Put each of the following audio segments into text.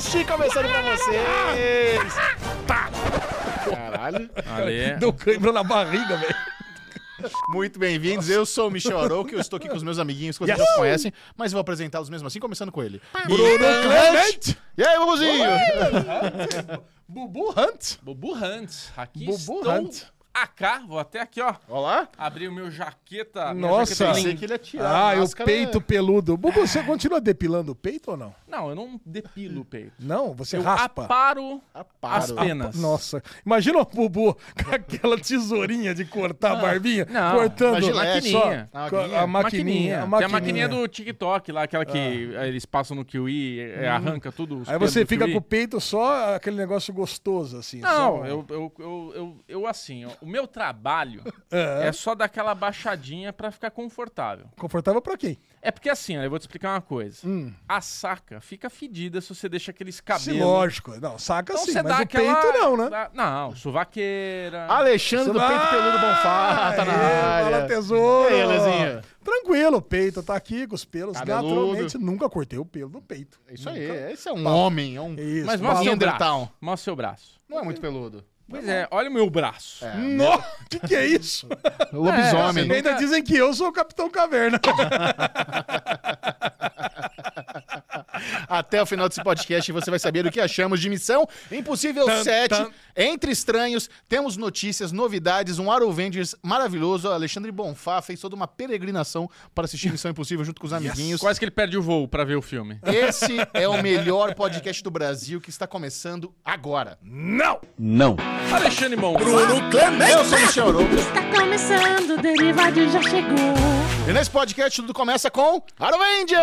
Sushi começando pra vocês. Caralho. Ale. Deu cãibra na barriga, velho. Muito bem-vindos. Eu sou o Michel Arouca, eu estou aqui com os meus amiguinhos que vocês já conhecem, mas eu vou apresentá-los mesmo assim, começando com ele. Bruno Clemente. E aí, Bubuzinho? Bubu Hunt. Bubu Hunt. Aqui Bubu estou Hunt. AK, vou até aqui, ó. Olá. Abrir o meu jaqueta. minha Nossa. jaqueta Pensei link. que ele é ia tirar a Ah, e o máscara. peito peludo. Bubu, você continua depilando o peito ou não? Não, eu não depilo o peito. Não, você Eu raspa. aparo Aparo. as penas. Nossa, imagina o Bubu com aquela tesourinha de cortar a barbinha, Ah, não. cortando Imagina, a é, só maquininha. A com a, maquininha. maquininha, a maquininha. Ah. Tem a maquininha do TikTok lá, aquela que eh, eles passam no kiwi, eh, arranca tudo. os Hum. Aí pelos você do fica kiwi. com o peito só aquele negócio gostoso, assim. Não, só- eu, eu, eu, eu, eu, assim, ó, o meu trabalho É. é só dar aquela baixadinha pra ficar confortável. Confortável pra quem? É porque assim, ó, eu vou te explicar uma coisa. Hum. A saca fica fedida se você deixa aqueles cabelos. Sim, lógico. Não, saca Então sim, você Assim, mas dá o aquela... peito não, né? dá- Não, sovaqueira. Alexandre do Peito Peludo Bonfá, tá na Aê, Fala, área. tesouro. E aí, Lezinha? Tranquilo, o peito tá aqui com os pelos. Cabeludo. Naturalmente, nunca cortei o pelo do peito. É Isso aí, esse é um homem, é um... Isso. Mas Fala, mostra seu Neandertal. braço. então. Mostra seu braço. Não é muito peludo. Pois é, olha o meu braço. É. Nó, que que é isso? Lobisomem. É, Ainda dizem que eu sou o Capitão Caverna. Até o final desse podcast você vai saber o que achamos de Missão Impossível Tan, 7. tan. Entre estranhos, temos notícias, novidades, um Aruvengers maravilhoso. Alexandre Bonfá fez toda uma peregrinação para assistir Missão Impossível junto com os amiguinhos. Quase que ele perde o voo pra ver o filme. Esse é o melhor podcast do Brasil que está começando agora. Não! Alexandre Mon. Eu sou o Michel Arouca. Está começando, o Derivado já chegou. E nesse podcast tudo começa com Aruvengers!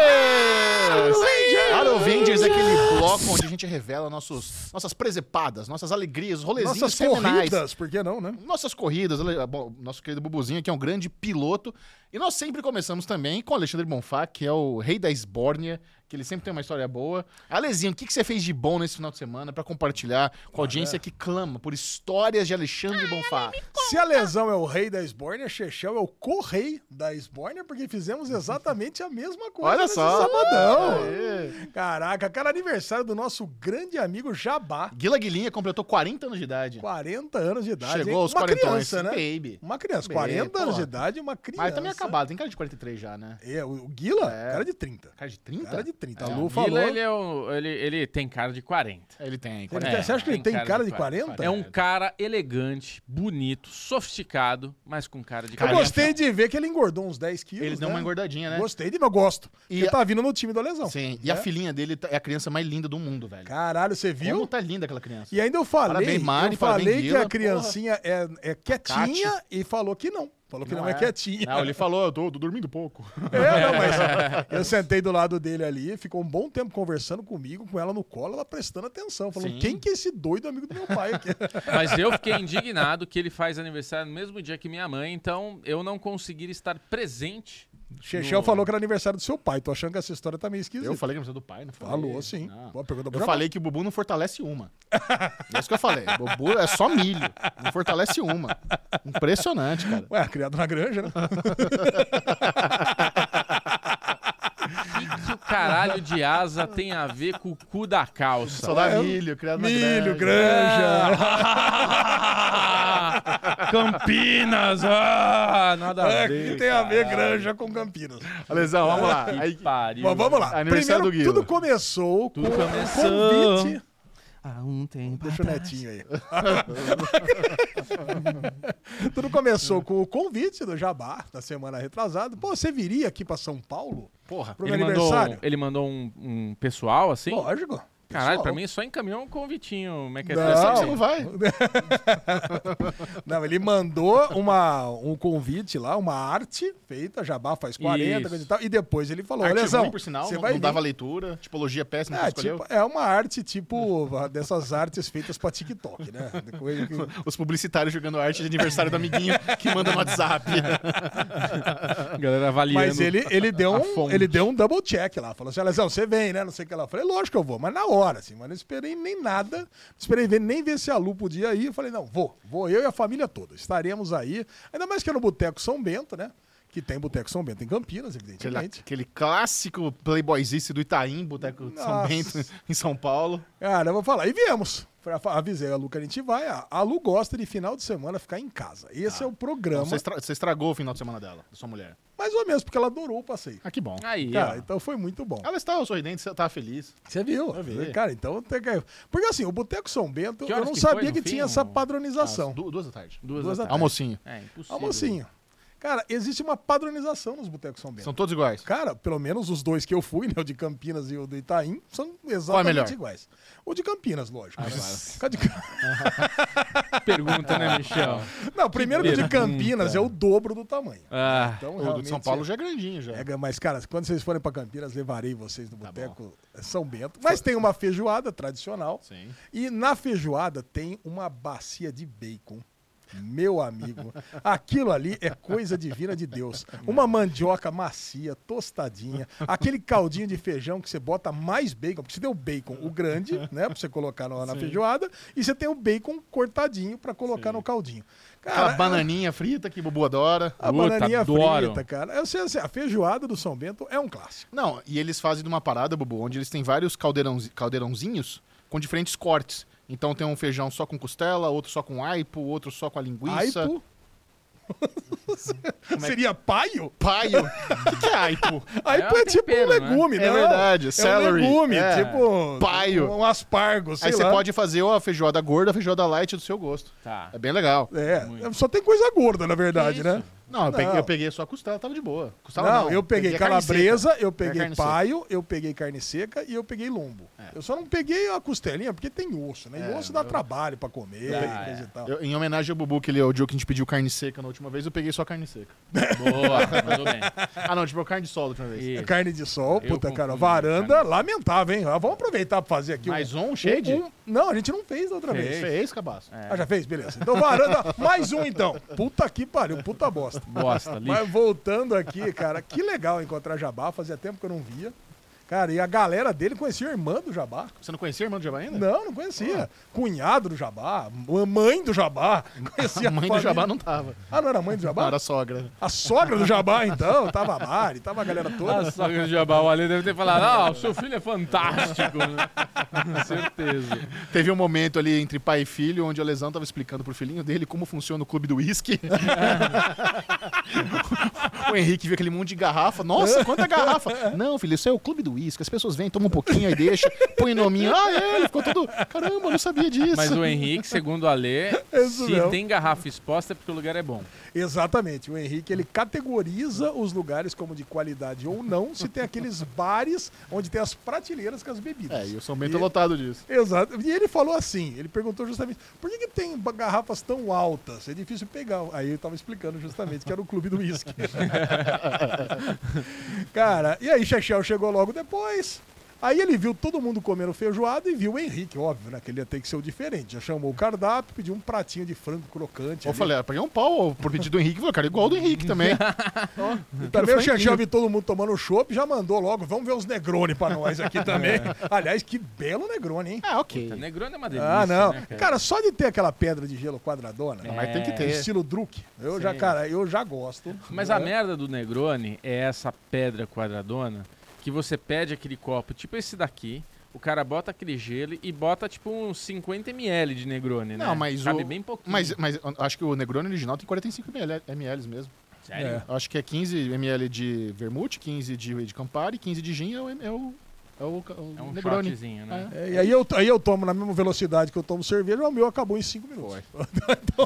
Aruvengers é aquele bloco onde a gente revela nossos, nossas presepadas, nossas alegrias, rolezinhos Nossas semanais. corridas, por que não, né? nossas corridas, Ale- bom, nosso querido Bubuzinho aqui é um grande piloto. E nós sempre começamos também com o Alexandre Bonfá, que é o rei da esbórnia, que ele sempre tem uma história boa. Alezinho, o que, que você fez de bom nesse final de semana pra compartilhar com a audiência que clama por histórias de Alexandre Bonfá? Se a lesão é o rei da Esbórnia, Chechel é o correi da Esbórnia, porque fizemos exatamente a mesma coisa Olha nesse só. sabadão. Aê. Caraca, cara, aniversário do nosso grande amigo Jabá. Guila Guilinha completou 40 anos de idade. 40 anos de idade. Chegou hein? aos uma 40 criança, né? Baby. Uma criança, Bem, 40 anos de porra. idade, uma criança. Mas tá meio acabado, tem cara de 43 já, né? É, o o Guila, É. cara de 30. Cara de 30? Cara de 30. É, a o Guila, Lu falou. Vila, ele, é o- ele, ele tem cara de 40. Ele tem, é. Ele tá 40. tem- você acha que ele tem cara de 40? É um cara elegante, bonito, sofisticado, mas com cara de Eu Cara, cara. gostei de ver que ele engordou uns 10 quilos. Ele deu né? uma engordadinha, né? Gostei de ver, eu gosto. E Porque a- tá vindo no time da lesão. Sim, e a né? filhinha dele tá- é a criança mais linda do mundo, velho. Caralho, você Viu? viu? tá linda aquela criança. E ainda eu falei, Parabéns, Mari, eu falei parabéns, que Guila, a criancinha é, é quietinha e falou que não. Falou que não, é. quietinha. Não, ele falou, eu tô, tô dormindo pouco. É, não, mas eu sentei do lado dele ali, ficou um bom tempo conversando comigo, com ela no colo, ela prestando atenção, falando, Sim. quem que é esse doido amigo do meu pai aqui? Mas eu fiquei indignado que ele faz aniversário no mesmo dia que minha mãe, então eu não conseguir estar presente. Chechel falou que era aniversário do seu pai, tô achando que essa história tá meio esquisita. Eu falei que era do pai, não falei? Falou, sim. Não. Boa pergunta Eu pra falei que o Bubu não fortalece uma. É isso que eu falei. O Bubu é só milho. Não fortalece uma. Impressionante, cara. Ué, criado na granja, né? O que o caralho de asa tem a ver com o cu da calça? Só dá milho, criado na É, Milho, granja. granja. Campinas! Ah, nada É, a que ver. tem a ver granja com Campinas. Alesão, vamos lá. Que Aí- pariu. Mas vamos lá. Aniversário do Guila. tudo começou Tudo com começou. um convite. Há um tempo. Deixa o netinho aí. Tudo começou com o convite do Jabá, da semana retrasada. Pô, você viria aqui pra São Paulo? Porra. Pro meu Ele mandou, aniversário? ele mandou um, um pessoal assim? Lógico. Caralho, Pessoal. pra mim só encaminhou um convitinho, Só que Mequetrefe. você não vai. Não, ele mandou uma, um convite lá, uma arte feita, Jabá faz 40, Isso. coisa e tal. E depois ele falou: Arte Olha, Zão, ruim, por sinal, você não, vai não vir." dava leitura. Tipologia péssima que É, você escolheu. tipo, é uma arte tipo dessas artes feitas pra TikTok, né? Coisa que- Os publicitários jogando arte de aniversário do amiguinho que manda no WhatsApp. né? Galera avaliando. Mas ele, ele, deu a um, fonte. ele deu um double check lá. Falou assim, Alessão, você vem, né? Não sei o que lá. Eu falei, lógico que eu vou, mas na hora, assim. Mas não esperei nem nada. Não esperei ver, nem ver se a Lu podia ir. Eu falei, não, vou. Vou eu e a família toda. Estaremos aí. Ainda mais que é no Boteco São Bento, né? que tem Boteco São Bento em Campinas, Aquele, evidentemente. aquele clássico playboyzice do Itaim, Boteco de São Nossa. Bento, em São Paulo. Cara, eu vou falar. E viemos. Fa- fa- Avisei a Lu que a gente vai. A- A Lu gosta de final de semana ficar em casa. Ah, Esse é o programa. Você, estra- você estragou o final de semana dela, da sua mulher. Mais ou menos, porque ela adorou o passeio. Ah, que bom. Aí, Cara, ó. então foi muito bom. Ela estava sorridente, você estava feliz. Você viu? vi. Cara, então tem que- Porque assim, o Boteco São Bento, Que eu horas não que sabia foi, no que fim, tinha essa o- Ah, padronização. du- duas da tarde. Duas, duas da da tarde. Almocinho. É, impossível. Almocinho. Cara, existe uma padronização nos Botecos São Bento. São todos iguais. Cara, pelo menos os dois que eu fui, né? O de Campinas e o do Itaim, são Qual é exatamente melhor? iguais. O de Campinas, lógico. Ah, Mas- claro. Cara, de Cam- Pergunta, né, Michel? Não, primeiro que o de Campinas é o dobro do tamanho. Ah, Então, O do de São realmente, Paulo já é grandinho, já. é, é, mas, cara, quando vocês forem pra Campinas, levarei vocês no Tá Boteco é São Bento. Mas tem uma feijoada tradicional. Sim. E na feijoada tem uma bacia de bacon. Meu amigo, aquilo ali é coisa divina de Deus. Uma mandioca macia, tostadinha, aquele caldinho de feijão que você bota mais bacon, porque você tem o bacon, o grande, né, pra você colocar lá na feijoada, e você tem o bacon cortadinho pra colocar no caldinho. Aquela Cara, bananinha frita que Bubu adora. a Puta, bananinha adoro. frita, cara. Eu sei, assim, a feijoada do São Bento é um clássico. Não, e eles fazem de uma parada, Bubu, onde eles têm vários caldeirãozi- caldeirãozinhos com diferentes cortes. Então tem um feijão só com costela, outro só com aipo, outro só com a linguiça. Aipo. Seria paio? Paio? O que, que é aipo? Aipo um é, tipo tempero, um né? legume, É né? verdade, celery, É um legume, é. tipo Paio. um aspargo, sei Aí você lá. pode fazer ó, a feijoada gorda, a feijoada light do seu gosto. tá. É bem legal. É, Muito. só tem coisa gorda, na verdade, Que né? Não, eu, Peguei, Não. eu peguei só a costela, tava de boa. Não, Costela não, eu peguei a calabresa, Peguei a eu peguei carne seca. paio, eu peguei carne seca e eu peguei lombo. Eu só não peguei a costelinha, porque tem osso, né? E É, osso dá trabalho pra comer, Ah, coisa é. e tal. Eu- em homenagem ao Bubu, que ele odiou que a gente pediu carne seca na última vez, eu peguei só carne seca. Boa, mandou bem. Ah, não, a gente pegou carne de sol da última vez. Isso. É Carne de sol, Eu puta, cara, confundi, varanda, cara. lamentável, hein? Ah, Vamos aproveitar pra fazer aqui um- Mais um, shade? um, um- Não, a gente não fez da outra vez. Fez, fez, cabaço. Ah, já fez? Beleza. Então, varanda, mais um então. Puta que pariu, puta bosta. Bosta, lixo. Mas voltando aqui, cara, que legal encontrar Jabá, fazia tempo que eu não via. Cara, e a galera dele conhecia a irmã do Jabá. Você não conhecia a irmã do Jabá ainda? Não, não conhecia. Cunhado do Jabá, m- mãe do Jabá. Conhecia A mãe do família. Jabá não tava. Ah, não era mãe do Não, Jabá? era a sogra. A sogra do Jabá, então. Tava a Mari, tava a galera toda. Nossa, que o Jabal ali deve ter falado, ah, o seu filho é fantástico, né? Com certeza. Teve um momento ali entre pai e filho, onde o Lesão tava explicando pro filhinho dele como funciona o clube do uísque. o Henrique viu aquele monte de garrafa. Nossa, quanta garrafa! Não, filho, isso é o clube do uísque. As pessoas vêm, tomam um pouquinho aí deixa, põe no minho. Ah, é, ele ficou todo. Caramba, eu não sabia disso. Mas o Henrique, segundo a Lê, Isso se mesmo. tem garrafa exposta é porque o lugar é bom. Exatamente. O Henrique, ele categoriza os lugares como de qualidade ou não, se tem aqueles bares onde tem as prateleiras com as bebidas. É, e eu sou meio E- lotado disso. Exato. E ele falou assim, ele perguntou justamente, por que, que tem ba- garrafas tão altas? É difícil pegar. Aí ele tava explicando justamente que era o clube do uísque. Cara, e aí Chechel chegou logo depois. Aí ele viu todo mundo comendo feijoada e viu o Henrique, óbvio, né? Que ele ia ter que ser o diferente. Já chamou o cardápio, pediu um pratinho de frango crocante. Eu ali. falei, ah, peguei um pau por pedido do Henrique. Eu Falei, cara, é igual do Henrique também. E também o Chechel viu todo mundo tomando chopp, já mandou logo, vamos ver os Negroni pra nós aqui também. Aliás, que belo Negroni, hein? Ah, ok. Tá Negroni é uma delícia, Ah, não. né, Cara, só de ter aquela pedra de gelo quadradona, É. Mas tem que ter. Estilo Druk. Eu já, Sim. cara, eu já gosto. Mas Né? a merda do Negroni é essa pedra quadradona que você pede aquele copo, tipo esse daqui, o cara bota aquele gelo e bota tipo uns 50 ml de Negroni, né? Não, mas Cabe o- bem pouquinho. Mas, mas eu acho que o Negroni original tem 45 ml é, mesmo. Sério? Eu acho que é 15 ml de vermute, 15 de, de Campari, 15 de gin é o, é o, é o, é o É, um Negroni. shotzinho, né? É, e aí eu, aí eu tomo na mesma velocidade que eu tomo cerveja, o meu acabou em 5 minutos.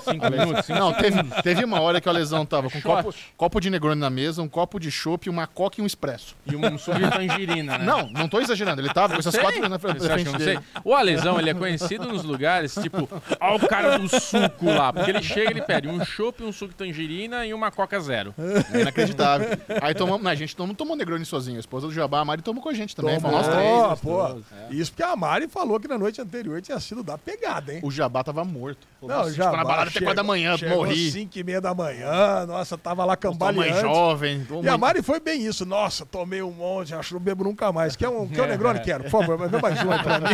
Cinco minutos, cinco Não, teve, teve uma hora que o Lesão tava com um Shot. copo, copo de Negroni na mesa, um copo de chopp, uma coca e um expresso. E um suco de tangerina, né? Não, não tô exagerando, ele tava com essas Sei. quatro coisas na frente Você acha que eu não sei? dele. O Alesão, ele é conhecido nos lugares, tipo, ó o cara do suco lá. Porque ele chega, ele pede um chopp, um suco de tangerina e uma coca zero. É inacreditável. Aí tomamos, não, a gente não tomou Negroni sozinho, a esposa do Jabá, a Mari tomou com a gente também. Tomou, Falou, gosta, Pô, hein? Ah, pô. gostoso, é. Isso porque a Mari falou que na noite anterior tinha sido da pegada, hein? O Jabá tava morto. Pô, Não, nossa, assim, já ficou na balada até 4 da manhã, morri. 5 e meia da manhã, nossa, tava lá Tua mãe cambaleando. jovem. tua E a mãe- Mari foi bem isso. Nossa, tomei um monte, acho que não bebo nunca mais. Quer um, quer um É. Negroni? Quero, por favor, mas vem mais um aí pra mim.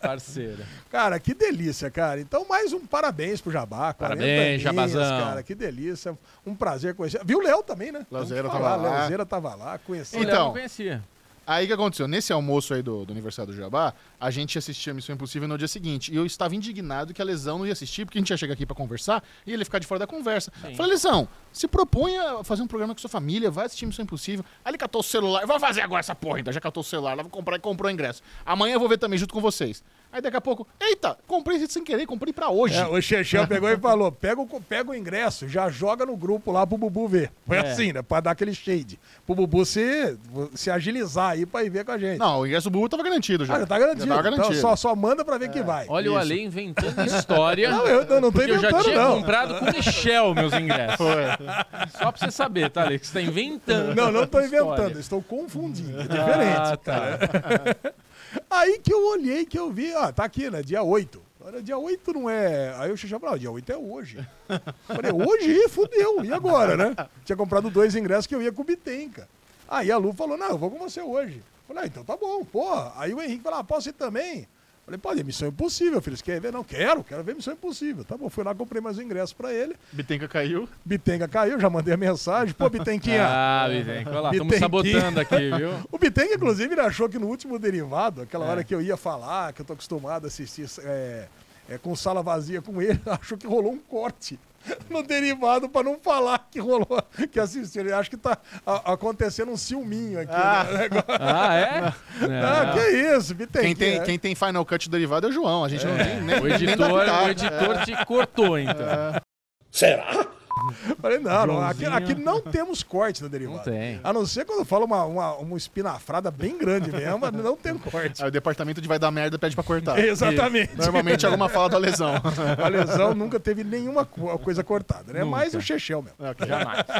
Parceira. Cara, que delícia, cara. Então, mais um parabéns pro Jabá. 40 Parabéns, aninhos, Jabazão. Cara, que delícia. Um prazer conhecer. Viu o Léo também, né? Leozeira Vamos falar, tava lá. Leozeira tava lá, conheci. Olha, Então. eu não conhecia. Aí o que aconteceu? Nesse almoço aí do, do aniversário do Jabá, a gente assistia Missão Impossível no dia seguinte. E eu estava indignado que a Lesão não ia assistir, porque a gente ia chegar aqui pra conversar e ele ia ficar de fora da conversa. Falei, Lesão, se proponha a fazer um programa com sua família, vai assistir Missão Impossível. Aí ele catou o celular. Vai fazer agora essa porra, então. Já catou o celular, lá vou comprar e comprou o ingresso. Amanhã eu vou ver também junto com vocês. Aí daqui a pouco, eita, comprei isso sem querer, comprei pra hoje. É, o Xexel pegou e falou: pega o, co- pega o ingresso, já joga no grupo lá pro Bubu ver. Foi É. assim, né? Pra dar aquele shade. Pro Bubu se, se agilizar aí pra ir ver com a gente. Não, o ingresso do Bubu tava garantido já. Ah, já tá garantido. Já tava garantido. Então só, só manda pra ver que vai. É. Olha o Ale inventando história. Não, eu, eu não tô porque eu já inventando, tinha não. comprado com o Michel meus ingressos. Foi. Só pra você saber, tá, Ale? Que você tá inventando. Não, não tô inventando, história. estou confundindo. É diferente. Ah, tá. Aí que eu olhei, que eu vi, ó, tá aqui, né? Dia 8. Olha, dia 8 não é. Aí o Xixi falou, ó, dia 8 é hoje. Falei, hoje? Fudeu. E agora, né? Tinha comprado dois ingressos que eu ia com o Bitenca. Aí a Lu falou, não, eu vou com você hoje. Falei, ah, então tá bom, porra. Aí o Henrique falou, ah, posso ir também? Falei, pode, é Missão Impossível, filho. Você quer ver? Não, quero, quero ver Missão Impossível. Tá bom, fui lá, comprei mais um ingresso pra ele. Bitenca caiu. Bitenca caiu, já mandei a mensagem. Pô, Bitenquinha, Ah, Vivenco, olha lá, estamos Bitenquinha. sabotando aqui, viu? O Bitenga, inclusive, ele achou que no último derivado, É. aquela hora que eu ia falar, que eu tô acostumado a assistir é, é, com sala vazia com ele, achou que rolou um corte no derivado pra não falar que rolou, que assistiu. Ele acha que tá a- acontecendo um ciúminho aqui. né? Ah, é? Não. Ah, que isso, Bitenga. Quem tem, quem tem Final Cut derivado é o João. A gente não tem nem. O nem dá É. pitaco. editor, o editor te cortou, então. Falei, não, não, aqui, Joãozinho. aqui não temos corte no derivado. Não tem. A não ser quando fala uma, uma, uma espinafrada bem grande mesmo, mas não tem corte. Aí o departamento de vai dar merda pede pra cortar. Exatamente. Normalmente alguma fala da lesão. A lesão nunca teve nenhuma co- coisa cortada, né? Mais o Chechel mesmo. É, Jamais.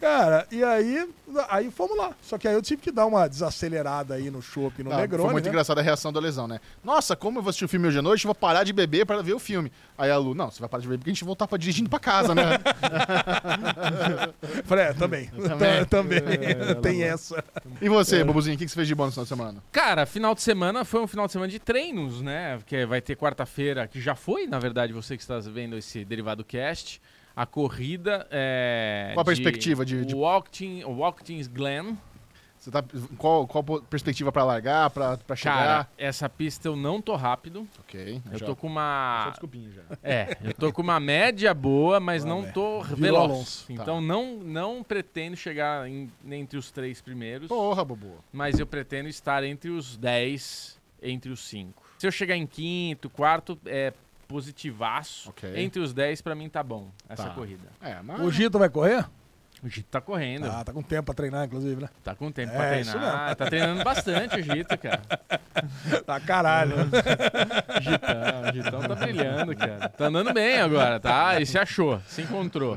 Cara, e aí, aí fomos lá. Só que aí eu tive que dar uma desacelerada aí no chopp, no Tá, Negroni. foi muito né? engraçada a reação da lesão, né? Nossa, como eu vou assistir o filme hoje à noite? Eu Vou parar de beber pra ver o filme. Aí a Lu, não, você vai parar de beber porque a gente voltar pra dirigindo pra casa, né? Falei, é, também. Tá- Também. Tem essa. E É. você, Bubuzinho, o que que você fez de bom no final de semana? Cara, final de semana foi um final de semana de treinos, né? Porque vai ter quarta-feira, que já foi, na verdade, você que está vendo esse derivado cast. A corrida é. Qual a perspectiva de- de- Walking, Walking's Glen. Você tá, qual, qual po- perspectiva pra largar, pra, pra Cara, chegar? essa pista eu não tô rápido. ok. Eu já- tô com uma. desculpinha já. É, eu tô com uma média boa, mas Ah, não é. tô Virou veloz. Tá. Alonso. Então não, não pretendo chegar em- entre os três primeiros, Porra, Bubu. mas eu pretendo estar entre os dez, entre os cinco. Se eu chegar em quinto, quarto, é positivaço. Ok. Entre os dez, pra mim tá bom essa Tá. corrida. É, mas. O Gito vai correr? O Gito tá correndo, Ah, tá com tempo pra treinar, inclusive, né? tá com tempo É, pra isso treinar. Tá treinando bastante o Gito, cara. Tá caralho. Gitão, o Gitão tá brilhando, cara. Tá andando bem agora, tá? E se achou, se encontrou.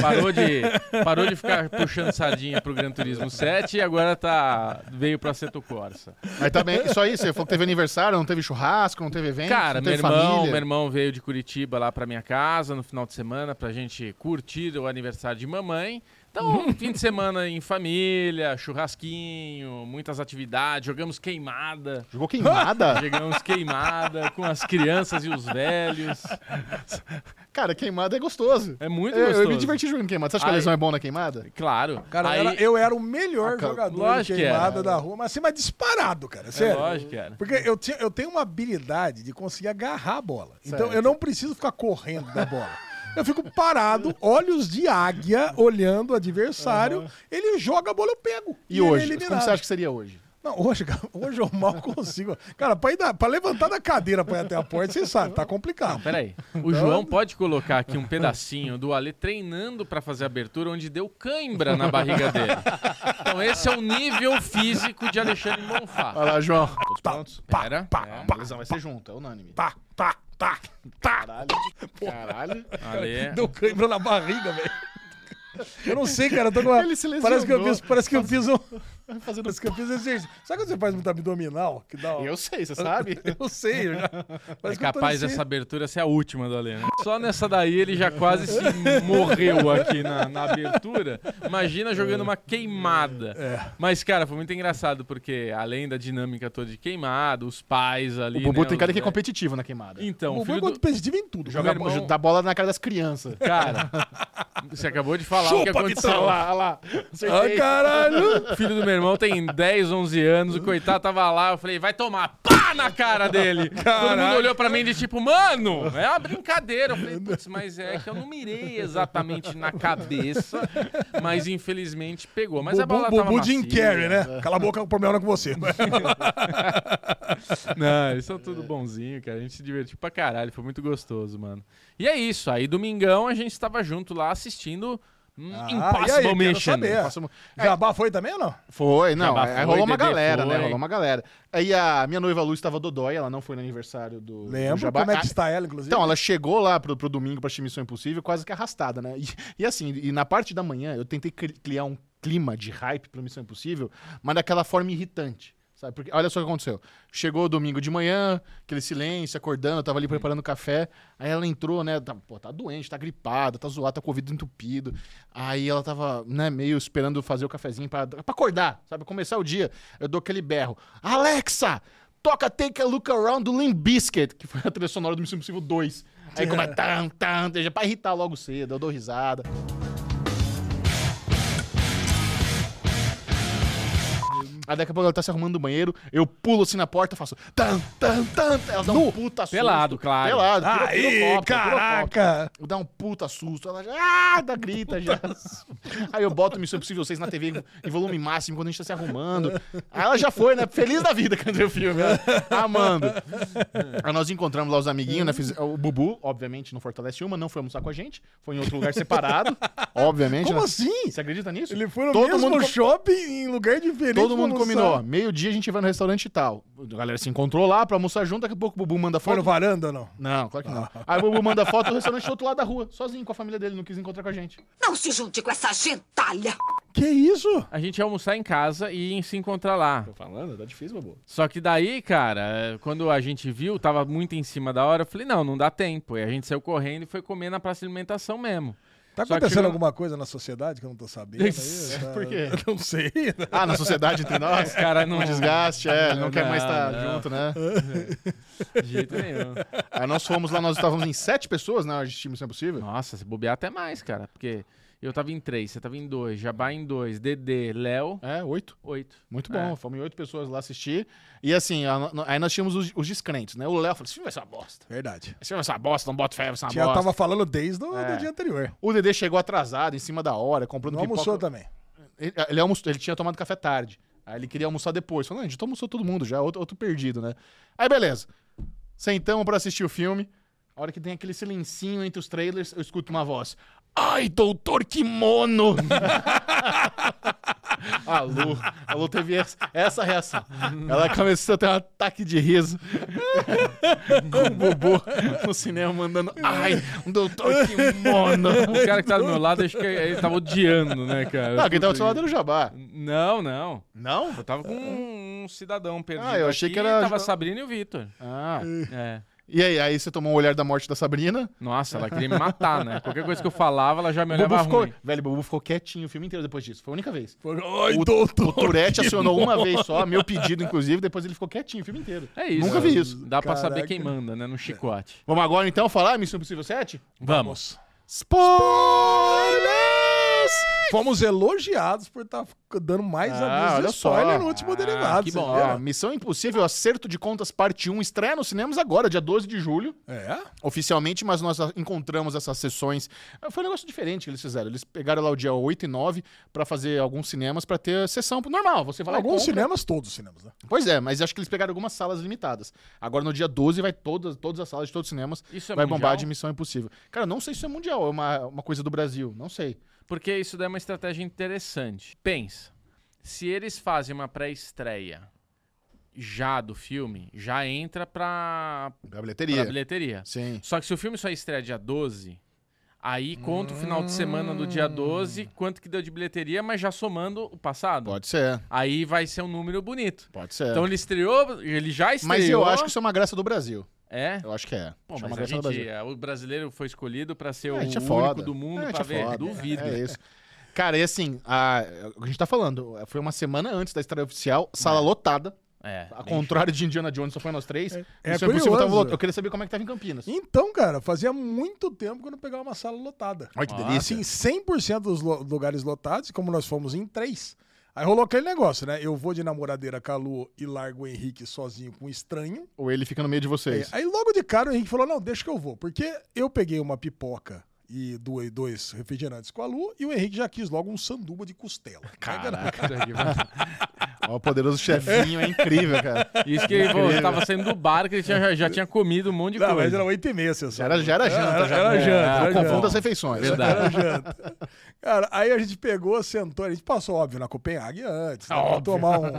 Parou de, parou de ficar puxando sardinha pro Gran Turismo 7 e agora tá veio pra Seto Corsa. Mas tá bem. Só isso, você falou que teve aniversário, não teve churrasco, não teve evento. Cara, não meu teve irmão, família. meu irmão veio de Curitiba lá pra minha casa no final de semana pra gente curtir o aniversário de mamãe. Então, fim de semana em família, churrasquinho, muitas atividades, jogamos queimada. Jogou queimada? Jogamos queimada com as crianças e os velhos. Cara, queimada é gostoso. É muito Eu- gostoso. Eu me diverti jogando queimada. Você acha que a Aí- lesão é bom na queimada? Claro. Cara, Aí- eu, era, eu era o melhor Ah, cara, jogador de lógico que era. queimada da rua, mas assim, mas disparado, cara. é Sério. lógico, cara. Porque eu, tinha, eu tenho uma habilidade de conseguir agarrar a bola. Então Certo. eu não preciso ficar correndo da bola. Eu fico parado, olhos de águia, olhando o adversário. Ele joga a bola, eu pego. E, ele é hoje? eliminado. Como você acha que seria hoje? Não, hoje, cara, hoje eu mal consigo. Cara, pra, ir da- pra levantar da cadeira pra ir até a porta, você sabe, tá complicado. Peraí. O Então? João pode colocar aqui um pedacinho do Ale treinando pra fazer a abertura onde deu cãibra na barriga dele. Então esse é o nível físico de Alexandre Bonfá. Olha lá, João. Todos Pá, prontos? pá, Pera, pá, é. A pá, lesão vai ser junto, é unânime. pá, pá, pá, pá. Caralho. Caralho. Ale, Deu cãibra na barriga, velho. Eu não sei, cara. Eu tô com uma... Ele se Parece que eu lesionou. fiz, parece que eu fiz um. Vai fazendo... assim. Parece que eu fiz exercício. Sabe quando você faz muito abdominal? Que dá uma- Eu sei, você sabe? Eu sei, eu já. É Parece que eu tô capaz nesse- tá dessa abertura ser a última do Alê, né? Só nessa daí ele já quase se morreu aqui na, na abertura. Imagina jogando uma queimada. É. Mas, cara, foi muito engraçado, porque além da dinâmica toda de queimada, os pais ali. O Bubu né, tem os cara que é velhos. competitivo na queimada. Então, O o Van filho Gogh do... competitivo em tudo. Joga Joga- irmão- Dá bola na cara das crianças. Cara, você acabou de falar o que Chupa, aconteceu. Olha lá, olha lá. Ai, caralho! O filho do meu irmão tem 10, 11 anos, o coitado tava lá, eu falei, vai tomar pá na cara dele. Todo mundo olhou pra mim de tipo, mano, é uma brincadeira. Eu falei, putz, mas é que eu não mirei exatamente na cabeça, mas infelizmente pegou. Mas a bola tava Bubu Jim macia. Carrey, né? Cala a boca, o problema não é com você. Não, eles são tudo bonzinho, cara. A gente se divertiu pra caralho, foi muito gostoso, mano. E é isso, aí domingão a gente tava junto lá assistindo hum, Ah, e aí, Impossible quero Mission. saber. né? Próximo- Jabá foi também ou não? Foi, não. Jabá aí foi, rolou uma Dedê galera, né? foi. Rolou uma galera. Aí a minha noiva Luz estava dodói, ela não foi no aniversário do, do Lembro Jabá. como é Ah, que está ela, inclusive. Então, ela chegou lá pro, pro domingo pra assistir Missão Impossível quase que arrastada, né? E, e assim, e na parte da manhã eu tentei cri- criar um clima de hype pra Missão Impossível, mas daquela forma irritante. Sabe? Porque, olha só o que aconteceu. Chegou domingo de manhã, aquele silêncio, acordando, eu tava ali preparando café. Aí ela entrou, né? Tá, pô, tá doente, tá gripada, tá zoada, tá com o ouvido entupido. Aí ela tava, né, meio esperando fazer o cafezinho pra, pra acordar, sabe? Começar o dia. Eu dou aquele berro. Alexa! Toca Take a Look Around do Limp Bizkit, que foi a trilha sonora do Missão Impossível 2. Aí como é tan, tan, já pra irritar logo cedo, eu dou risada. Aí daqui a pouco ela tá se arrumando no banheiro, eu pulo assim na porta, faço tan, tan, tan, ela dá um puta susto. Pelado, claro. Pelado, pira- Aí, pirocóptero, pirocóptero. caraca! Eu dá um puta susto, ela já ah, dá grita já. Aí eu boto Missão Impossível 6 na TV em volume máximo quando a gente tá se arrumando. Aí ela já foi, né? Feliz da vida quando eu filme, né? amando. Aí nós encontramos lá os amiguinhos, né? Fiz- o Bubu, obviamente, não fortalece uma, não foi almoçar com a gente, foi em outro lugar separado, obviamente. Como né? assim? Você acredita nisso? Ele foi no Todo mesmo mundo com- shopping em lugar diferente. Todo pra mundo almoçar. combinou, meio-dia a gente vai no restaurante e tal. A galera se encontrou lá pra almoçar junto, daqui a pouco o Bubu manda Foi foto. no varanda ou não? Não, claro que não. Aí o Bubu manda foto do restaurante do outro lado da rua, sozinho com a família dele, não quis encontrar com a gente. Não se junte com essa gentalha! Que isso? A gente ia almoçar em casa e se encontrar lá. falando, tá difícil, Bubu. Só que daí, cara, eh, quando a gente viu, tava muito em cima da hora, eu falei, não, não dá tempo. E a gente saiu correndo e foi comer na praça de alimentação mesmo. Tá Só que acontecendo chegou- alguma coisa na sociedade que eu não tô sabendo? aí? Isso. Tá- Por quê? Não sei. né? Ah, na sociedade entre nós? Os caras não... Um desgaste, é, não, quer mais estar não. junto, né? De jeito nenhum. Aí nós fomos lá, nós estávamos em sete pessoas, né? De time, se é possível. Nossa, se bobear até mais, cara. Porque eu tava em três, você tava em dois, Jabá em dois, Dedê, Léo, É, oito. oito. Muito bom. É. Fomos em oito pessoas lá assistir. E assim, a- no- aí nós tínhamos os, os descrentes, né? O Léo falou: esse filme vai ser uma bosta. Verdade. Esse filme vai ser uma bosta, não bota fé, vai ser uma Já bosta. tava falando desde o do É. dia anterior. O Dedê chegou atrasado, em cima da hora, comprando Não pipoca. almoçou também. Ele, ah, ele almoçou- ele tinha tomado café tarde. Aí ele queria almoçar depois. Falou, não, a gente almoçou todo mundo já, é outro, outro perdido, né? Aí beleza. Sentamos pra assistir o filme. A hora que tem aquele silencinho entre os trailers, eu escuto uma voz. Ai, doutor Kimono! a, Lu, a Lu teve essa, essa reação. Ela começou a ter um ataque de riso. Com o Bubu no cinema mandando. Ai, um doutor Kimono! O cara que tá do meu lado, acho que ele tava odiando, né, cara? Não, tá- quem tava do seu lado era o Jabá. Não, não. Não? Eu tava com um cidadão perdido Ah, eu achei aqui, que era Tava a jo- Sabrina e o Vitor. Ah. É. E aí, aí você tomou um olhar da morte da Sabrina. Nossa, ela queria me matar, né? Qualquer coisa que eu falava, ela já me olhava Bubu ficou, ruim. velho, Bubu ficou quietinho o filme inteiro depois disso. Foi a única vez. Foi- Ai, O- doutor. O Tourette acionou uma vez só, meu pedido, inclusive, depois ele ficou quietinho o filme inteiro. É isso. Nunca vi isso. É. Dá pra Caraca. saber quem manda, né? No chicote. Vamos agora então falar Missão Impossível 7? Vamos. Spoilers! Fomos elogiados por estar dando mais Ah, avisos olha de só. spoiler no último Ah, derivado. que você bom. viu? Ó, Missão Impossível Acerto de Contas Parte 1 estreia nos cinemas agora, dia 12 de julho. É? oficialmente, mas nós a- encontramos essas sessões. Ah, Foi um negócio diferente que eles fizeram. Eles pegaram lá o dia 8 e 9 pra fazer alguns cinemas pra ter sessão normal. Você vai lá e Alguns compra. cinemas, todos os cinemas, né? Pois é, mas acho que eles pegaram algumas salas limitadas. Agora no dia 12 vai todas, todas as salas de todos os cinemas. Isso é vai mundial? bombar de Missão Impossível. Cara, não sei se isso é mundial, é uma, uma coisa do Brasil, não sei. Porque isso daí é uma estratégia interessante. Pensa, se eles fazem uma pré-estreia já do filme, já entra pra, Da É bilheteria. pra bilheteria. Sim. Só que se o filme só estreia dia 12, Aí conta o final de semana do dia 12, quanto que deu de bilheteria, mas já somando o passado. Hum. Pode ser, Aí vai ser um número bonito. pode ser. Então ele estreou, ele já estreou. mas eu acho que isso é uma graça do Brasil. É? Eu acho que é. Pô, Isso é mas uma a graça do Brasil. gente, é, o brasileiro foi escolhido pra ser É, o a gente é único foda. do mundo É, a gente é pra ver. foda. Duvido. É isso. Cara, e assim, a, a gente tá falando, foi uma semana antes da estreia oficial, sala lotada. É, Ao bem contrário de Indiana Jones, só foi nós três. É, é Missão Impossível tava curioso. lotado. Eu queria saber como é que tava em Campinas. Então, cara, fazia muito tempo que eu não pegava uma sala lotada. Olha que Ó, delícia. Assim, 100% dos lo- lugares lotados, como nós fomos em três. Aí rolou aquele negócio, né? Eu vou de namoradeira com a Lu e largo o Henrique sozinho com um estranho. Ou ele fica no meio de vocês. É, aí logo de cara o Henrique falou: não, deixa que eu vou. Porque eu peguei uma pipoca e doei dois refrigerantes com a Lu e o Henrique já quis logo um sanduba de costela. Caraca, que maravilha. É. Ó, o poderoso chefinho é incrível, cara. Isso que ele falou, tava saindo do bar que ele tinha- já, já tinha comido um monte de Não, mas coisa. era 8 e meia, você Já era, já era janta, Era- já. era É, janta, eu era confundo janta. as refeições. Verdade. Era janta. Cara, aí a gente pegou, sentou, a gente passou, óbvio, na Copenhague antes, né, pra Óbvio. tomar um...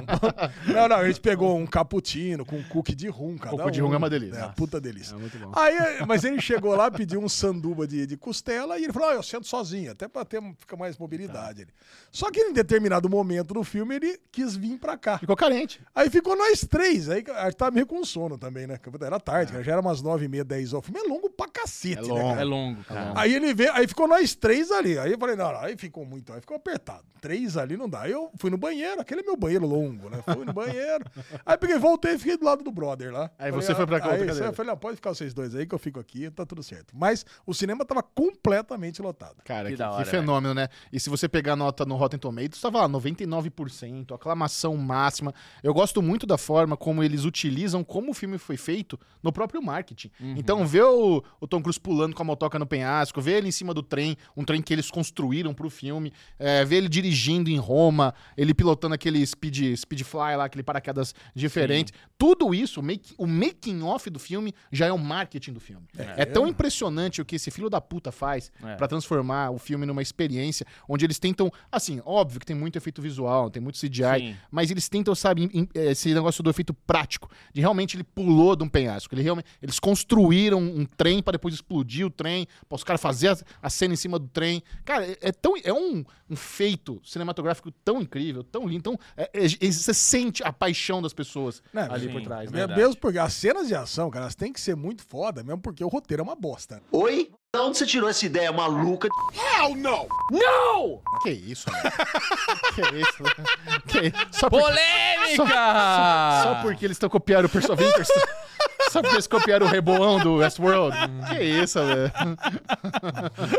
não, não, a gente pegou um cappuccino com um cookie de rum, cada Cookie de um. rum é uma delícia. É, Nossa, puta delícia. é muito bom. Aí, eh, mas ele chegou lá, pediu um sanduba de, de costela e ele falou, ó, eu sento sozinho, até pra ter, fica mais Tá. mobilidade. Ele. Só que em determinado momento do filme ele quis vir pra cá. Ficou carente. Aí ficou nós três. Aí a gente tava meio com sono também, né? Porque Era tarde, cara, já era umas nove e meia, dez horas. O filme é longo pra cacete, É né, longo. cara? É longo, cara. Aí ele veio, aí ficou nós três ali. Aí eu falei, não, não, aí ficou muito, aí ficou apertado. Três ali não dá. Aí eu fui no banheiro, aquele é meu banheiro longo, né? Fui no banheiro. Aí peguei, voltei e fiquei do lado do brother lá. Aí você foi pra cá. outra Aí cadeira. eu falei, não, pode ficar vocês dois aí que eu fico aqui, tá tudo certo. Mas o cinema tava completamente lotado. Cara, Que que, da que é. hora, fenômeno, né? E se você pegar a nota no Rotten Tomatoes, tava lá 99%, aclamação máxima. Eu gosto muito da forma como eles utilizam como o filme foi feito no próprio marketing. Uhum. Então, ver o, o Tom Cruise pulando com a motoca no penhasco, ver ele em cima do trem, um trem que eles construíram pro filme, é, ver ele dirigindo em Roma, ele pilotando aquele speed, speed fly lá, aquele paraquedas diferente. Tudo isso, o, make- o making off do filme já é o marketing do filme. É, tão impressionante o que esse filho da puta faz É. pra transformar o filme numa experiência onde eles tentam, assim, óbvio que tem muito efeito visual, tem muito CGI, Sim. mas eles tentam, sabe, im- im- esse negócio do efeito prático, de realmente ele pulou de um penhasco, ele realmente, eles construíram um trem pra depois explodir o trem, para os caras fazer a, a cena em cima do trem. Cara, é, é tão é um, um feito cinematográfico tão incrível, tão lindo, tão é- é- é- você sente a paixão das pessoas Né, ali sim, por trás, é né? É verdade. mesmo porque as cenas de ação, cara, elas têm que ser muito foda, mesmo porque o roteiro é uma bosta. Oi? Da onde você tirou essa ideia maluca? Que isso? né? que isso? Que isso? Só porque- Polêmica! Só porque eles estão copiando o Perso Vickers. Só porque eles copiaram o Reboão do Westworld. Que isso, velho.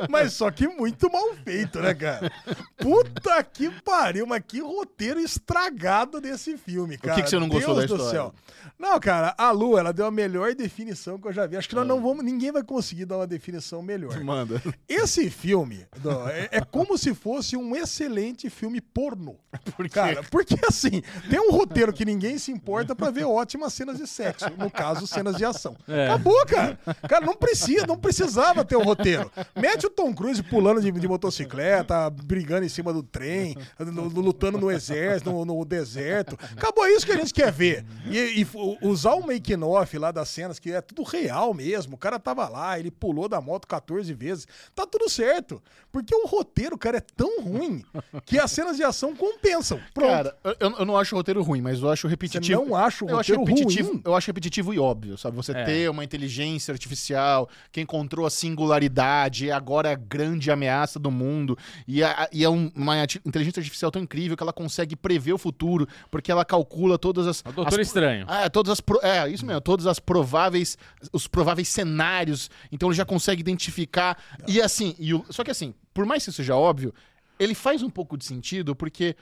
Mas só que muito mal feito, né, cara? Puta que pariu, mas que roteiro estragado desse filme, cara. que que você não gostou Deus da do história? céu. Não, cara, a Lu, ela deu a melhor definição que eu já vi. Acho que Ah. nós não vamos, ninguém vai conseguir dar uma definição melhor. Manda. Esse filme do- é, é como se fosse um excelente filme porno. Por Cara, porque assim, tem um roteiro que ninguém se importa pra ver ótimas cenas de sexo. No caso, cenas de ação. Acabou, cara. Cara, não precisa, não precisava ter um roteiro. Mete o Tom Cruise pulando de, de motocicleta, brigando em cima do trem, no- no- lutando no exército, no, no deserto. Acabou é isso que a gente quer ver. E, e f- usar o make-off lá das cenas, que é tudo real mesmo. O cara tava lá, ele pulou da moto 14 vezes. Tá tudo certo. Porque o roteiro, cara, é tão ruim que as cenas de ação compensam. Pronto. Cara, eu- eu, eu não acho o roteiro ruim, mas eu acho repetitivo. Você não acha o eu acho roteiro repetitivo, ruim? Eu acho repetitivo e óbvio, sabe? Você É. ter uma inteligência artificial que encontrou a singularidade, é agora a grande ameaça do mundo. E, a- e é um- uma ati- inteligência artificial tão incrível que ela consegue prever o futuro, porque ela calcula todas as. É O Doutor as- Estranho. Ah, todas as pro- é, isso mesmo, todas as prováveis os prováveis cenários, então ele já consegue identificar e assim, e o- só que assim, por mais que isso seja óbvio, ele faz um pouco de sentido porque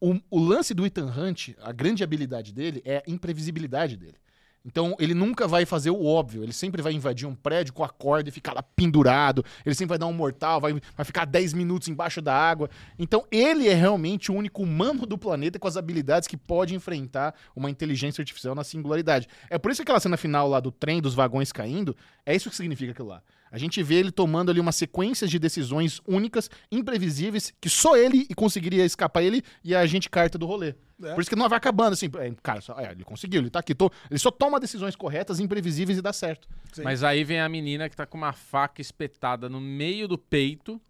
o, o lance do Ethan Hunt, a grande habilidade dele é a imprevisibilidade dele. Então ele nunca vai fazer o óbvio, ele sempre vai invadir um prédio com a corda e ficar lá pendurado, ele sempre vai dar um mortal, vai, vai ficar 10 minutos embaixo da água. Então ele é realmente o único humano do planeta com as habilidades que pode enfrentar uma inteligência artificial na singularidade. É por isso que aquela cena final lá do trem, dos vagões caindo, é isso que significa aquilo lá. A gente vê ele tomando ali uma sequência de decisões únicas, imprevisíveis, que só ele conseguiria escapar ele e a gente carta do rolê. É. Por isso que não vai acabando, assim. é, Cara, só- é, ele conseguiu, ele tá aqui. tô- ele só toma decisões corretas, imprevisíveis e dá certo. Sim. Mas aí vem a menina que tá com uma faca espetada no meio do peito.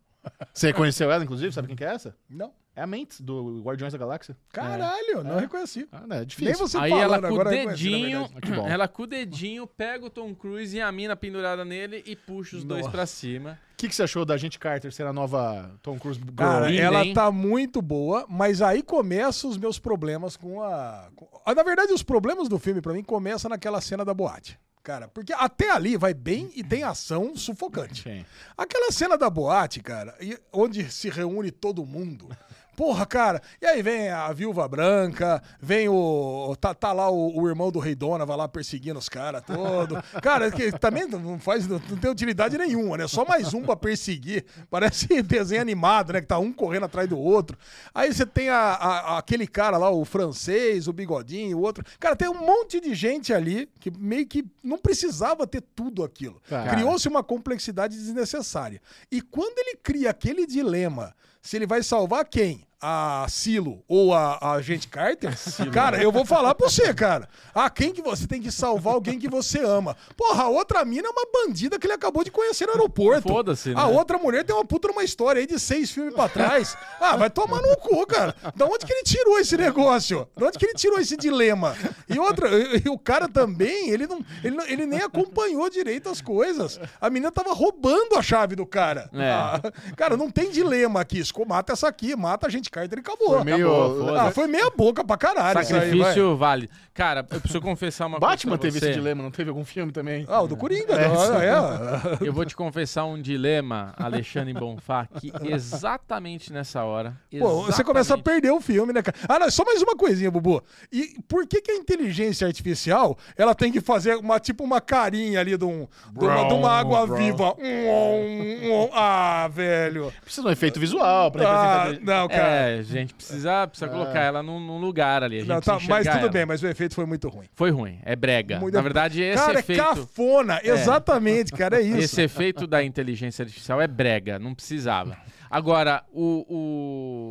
Você conheceu ela, inclusive? Sabe quem que é essa? Não. É a Mentes, do Guardiões da Galáxia. Caralho, não reconheci. Ah, né, é Nem difícil. você aí falando ela com o agora eu reconheci, na dedinho, verdade. Ah, que bom. ela com o dedinho pega o Tom Cruise e a mina pendurada nele e puxa os dois Nossa. pra cima. O que, que você achou da gente Carter ser a nova Tom Cruise Girl? Cara, Linda, ela hein? tá muito boa, mas aí começam os meus problemas com a. com- Ah, Na verdade, os problemas do filme, pra mim, começam naquela cena da boate. Cara, porque até ali vai bem e tem ação sufocante. Sim. Aquela cena da boate, cara, e- onde se reúne todo mundo. Porra, cara, e aí vem a Viúva Branca, vem o. Tá, tá lá o, o irmão do Rei Dona, vai lá perseguindo os caras todo. Cara, é que também não faz. Não tem utilidade nenhuma, né? Só mais um pra perseguir. Parece desenho animado, né? Que tá um correndo atrás do outro. Aí você tem a- a- aquele cara lá, o francês, o bigodinho, o outro. Cara, tem um monte de gente ali que meio que não precisava ter tudo aquilo. Cara. Criou trouxe uma complexidade desnecessária. E quando ele cria aquele dilema, se ele vai salvar quem? A Silo ou a, a gente Carter? Cara, eu vou falar pra você, cara. A quem que você tem que salvar alguém que você ama? Porra, a outra mina é uma bandida que ele acabou de conhecer no aeroporto. Foda-se, né? A outra mulher tem uma puta numa história aí de seis filmes pra trás. Ah, vai tomar no cu, cara. Da onde que ele tirou esse negócio? Da onde que ele tirou esse dilema? E outra, e- e o cara também, ele não, ele, não- ele nem acompanhou direito as coisas. A menina tava roubando a chave do cara. É. Ah, cara, não tem dilema aqui. Esco, mata essa aqui, mata a gente, Carter e acabou. Foi meio- Acabou. Ah, foi meia boca pra caralho. isso aí, vai. Sacrifício vale. Cara, eu preciso confessar uma Batman coisa. pra teve você. esse dilema, não teve algum filme também? Ah, o do Coringa. É, ah, é. Eu vou te confessar um dilema, Alexandre Bonfá, que exatamente nessa hora. Pô, você começa a exatamente- perder o filme, né, cara? Ah, não, só mais uma coisinha, Bubu. E por que, que a inteligência artificial ela tem que fazer uma tipo uma carinha ali de, um, de, uma, de uma água viva? Um, um, um. Ah, velho. Precisa de um efeito visual pra Ah, representar... não, cara. É, gente, precisa, precisa colocar ela num, num lugar ali. A gente Não, tá, precisa mas enxergar tudo ela. bem, mas o efeito foi muito ruim. Foi ruim, é brega. Muito- Na verdade, esse cara, efeito. é cafona. Exatamente, cara, é isso. Esse efeito da inteligência artificial é brega, não precisava. Agora, o,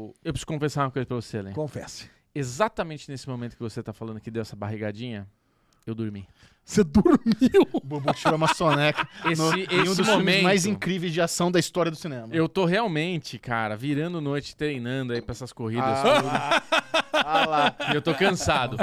o- Eu preciso confessar uma coisa pra você, Len. Confesse. Exatamente nesse momento que você tá falando que deu essa barrigadinha, eu dormi. Você dormiu. O Bubu tirou uma soneca Esse, no, esse em um dos filmes momento. mais incríveis de ação da história do cinema. Né? Eu tô realmente, cara, virando noite treinando aí pra essas corridas. Ah lá, tudo. Eu tô cansado.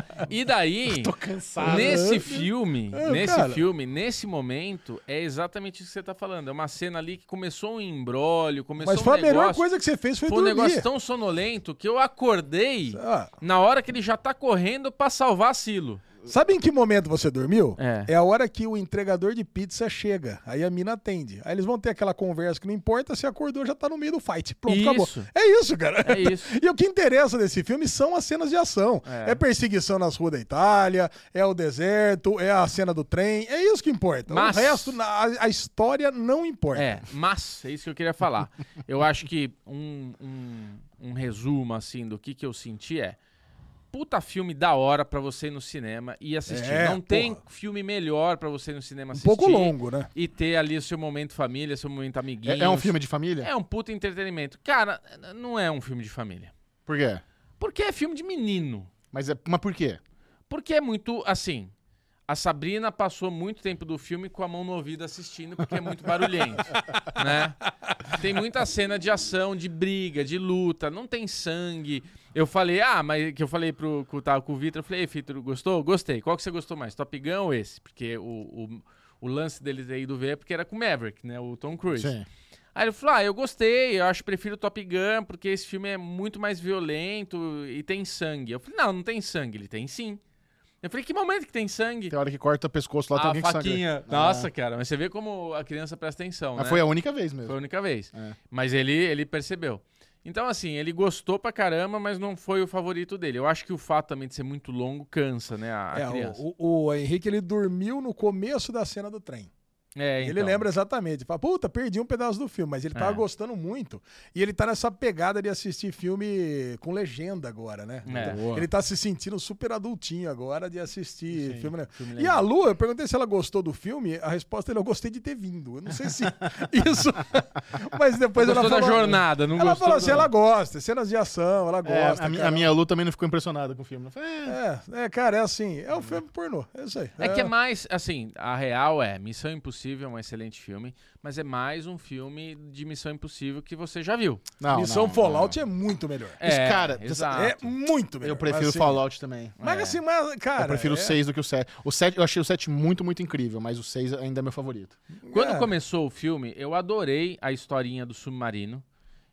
E daí, cansado. nesse filme, É, nesse cara. filme, nesse momento, é exatamente isso que você tá falando. É uma cena ali que começou um embrólio, começou Mas foi um a melhor negócio. coisa que você fez foi, Foi um dormir. negócio tão sonolento que eu acordei Ah. na hora que ele já tá correndo pra salvar Silo. Sabe em que momento você dormiu? É. a hora que o entregador de pizza chega. Aí a mina atende. Aí eles vão ter aquela conversa que não importa, se acordou, já tá no meio do fight. Pronto, acabou. Isso. É isso, cara. É isso. E o que interessa desse filme são as cenas de ação. É, É. perseguição nas ruas da Itália, é o deserto, é a cena do trem. É isso que importa. Mas- O resto, na- a, a história não importa. É, mas é isso que eu queria falar. Eu acho que um, um, um resumo, assim, do que, que eu senti é. Puta filme da hora pra você ir no cinema e assistir. É, Não tem porra. filme melhor pra você ir no cinema Um assistir. pouco longo, né? E ter ali o seu momento família, seu momento amiguinho. É, é um filme de família? É um puta entretenimento. Cara, não é um filme de família. Por quê? Porque é filme de menino. Mas, é, mas por quê? Porque é muito assim. A Sabrina passou muito tempo do filme com a mão no ouvido assistindo, porque é muito barulhento, né? Tem muita cena de ação, de briga, de luta, não tem sangue. Eu falei, ah, mas que eu falei pro que eu tava com o Vitor, eu falei, ei, Vitor, gostou? Gostei. Qual que você gostou mais, Top Gun ou esse? Porque o, o, o lance dele ter ido ver é porque era com o Maverick, né? O Tom Cruise. Sim. Aí ele falou: Ah, eu gostei, eu acho que prefiro Top Gun, porque esse filme é muito mais violento e tem sangue. Eu falei: Não, não tem sangue. Ele tem sim. Eu falei: Que momento que tem sangue? Tem hora que corta o pescoço lá, tem a alguém que sangra. Ah, né? faquinha. Ah. Nossa, cara, mas você vê como a criança presta atenção. Mas né? foi a única vez Foi a mesmo. única vez. É. Mas ele, ele percebeu. Então, assim, ele gostou pra caramba, mas não foi o favorito dele. Eu acho que o fato também de ser muito longo cansa, né? A, a É, criança. o, o- o Henrique ele dormiu no começo da cena do trem. É, Ele então. lembra exatamente. Fala, puta, perdi um pedaço do filme, mas ele tava É. gostando muito. E ele tá nessa pegada de assistir filme com legenda agora, né? É. Então, Ele tá se sentindo super adultinho agora de assistir Sim, filme. né? filme e a legal. Lu, eu perguntei se ela gostou do filme, a resposta dele é: eu gostei de ter vindo. Eu não sei se isso. mas depois ela Gostou da falou. jornada, não Ela gostou falou assim: do- ela gosta, cenas de ação, ela É, gosta. a, mi- a cara. minha Lu também não ficou impressionada com o filme. Eu falei, é, É, é, cara, é assim. É um filme pornô. É isso aí. É que é mais, assim, a real é, Missão Impossível é um excelente filme, mas é mais um filme de Missão Impossível que você já viu. não, Missão não, Fallout é muito melhor. Mas, é, cara, exato. É muito não. melhor. Eu prefiro Mas, assim, Fallout também. É. Mas assim, mas, cara. eu prefiro o é- 6 do que o 7. O 7, eu achei o 7 muito, muito incrível, mas o 6 ainda é meu favorito. Quando É. começou o filme, eu adorei a historinha do submarino.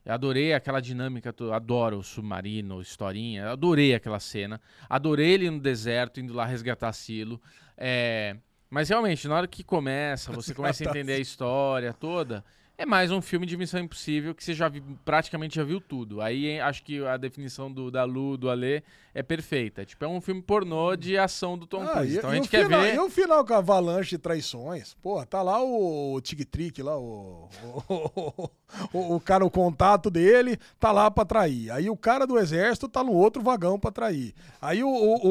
Eu adorei aquela dinâmica, to- adoro o submarino, historinha, eu adorei aquela cena. Adorei ele no deserto, indo lá resgatar Silo. É, Mas realmente, na hora que começa, você começa a entender a história toda. É mais um filme de Missão Impossível que você já vi- praticamente já viu tudo. Aí hein, acho que a definição do, da Lu, do Alê, é perfeita. Tipo, é um filme pornô de ação do Tom Ah, Cruise. e- e Então a o gente quer final- ver. E o um final com a avalanche de traições? Pô, tá lá o, o Tic Trick, lá o o, o- o cara, o contato dele, tá lá pra trair. Aí o cara do exército tá no outro vagão pra trair. Aí o, o,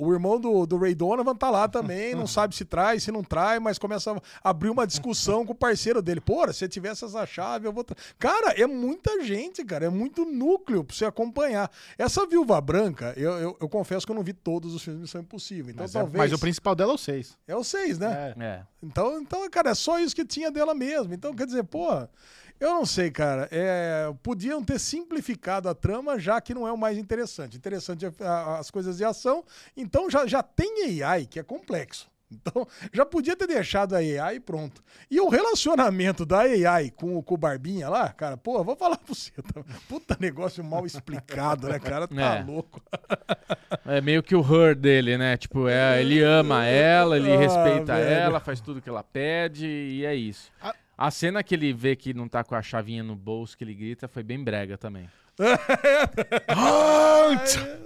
o- o irmão do, do Ray Donovan tá lá também, não sabe se trai, se não trai, mas começa a abrir uma discussão com o parceiro dele. Pô, se eu tivesse essa chave, eu vou. tra- Cara, é muita gente, cara, é muito núcleo pra você acompanhar. Essa viúva branca, eu, eu, eu confesso que eu não vi todos os filmes de Missão Impossível. Então, Mas, é- talvez. mas o principal dela é o 6. É o 6, né? É. Então, então, cara, é só isso que tinha dela mesmo. Então, quer dizer, porra, eu não sei, cara. É, podiam ter simplificado a trama, já que não é o mais interessante. Interessante é a- as coisas de ação. Então, já, já tem AI, que é complexo. Então, já podia ter deixado a AI e pronto. E o relacionamento da AI com, o- com o Barbinha lá, cara, porra, vou falar pra você. Tá? Puta negócio mal explicado, né, cara? Tá É. louco. É meio que o her dele, né? Tipo, é, ele ama ela, ele Ah, respeita velho. ela, faz tudo que ela pede e é isso. Ah. A cena que ele vê que não tá com a chavinha no bolso, que ele grita, foi bem brega também.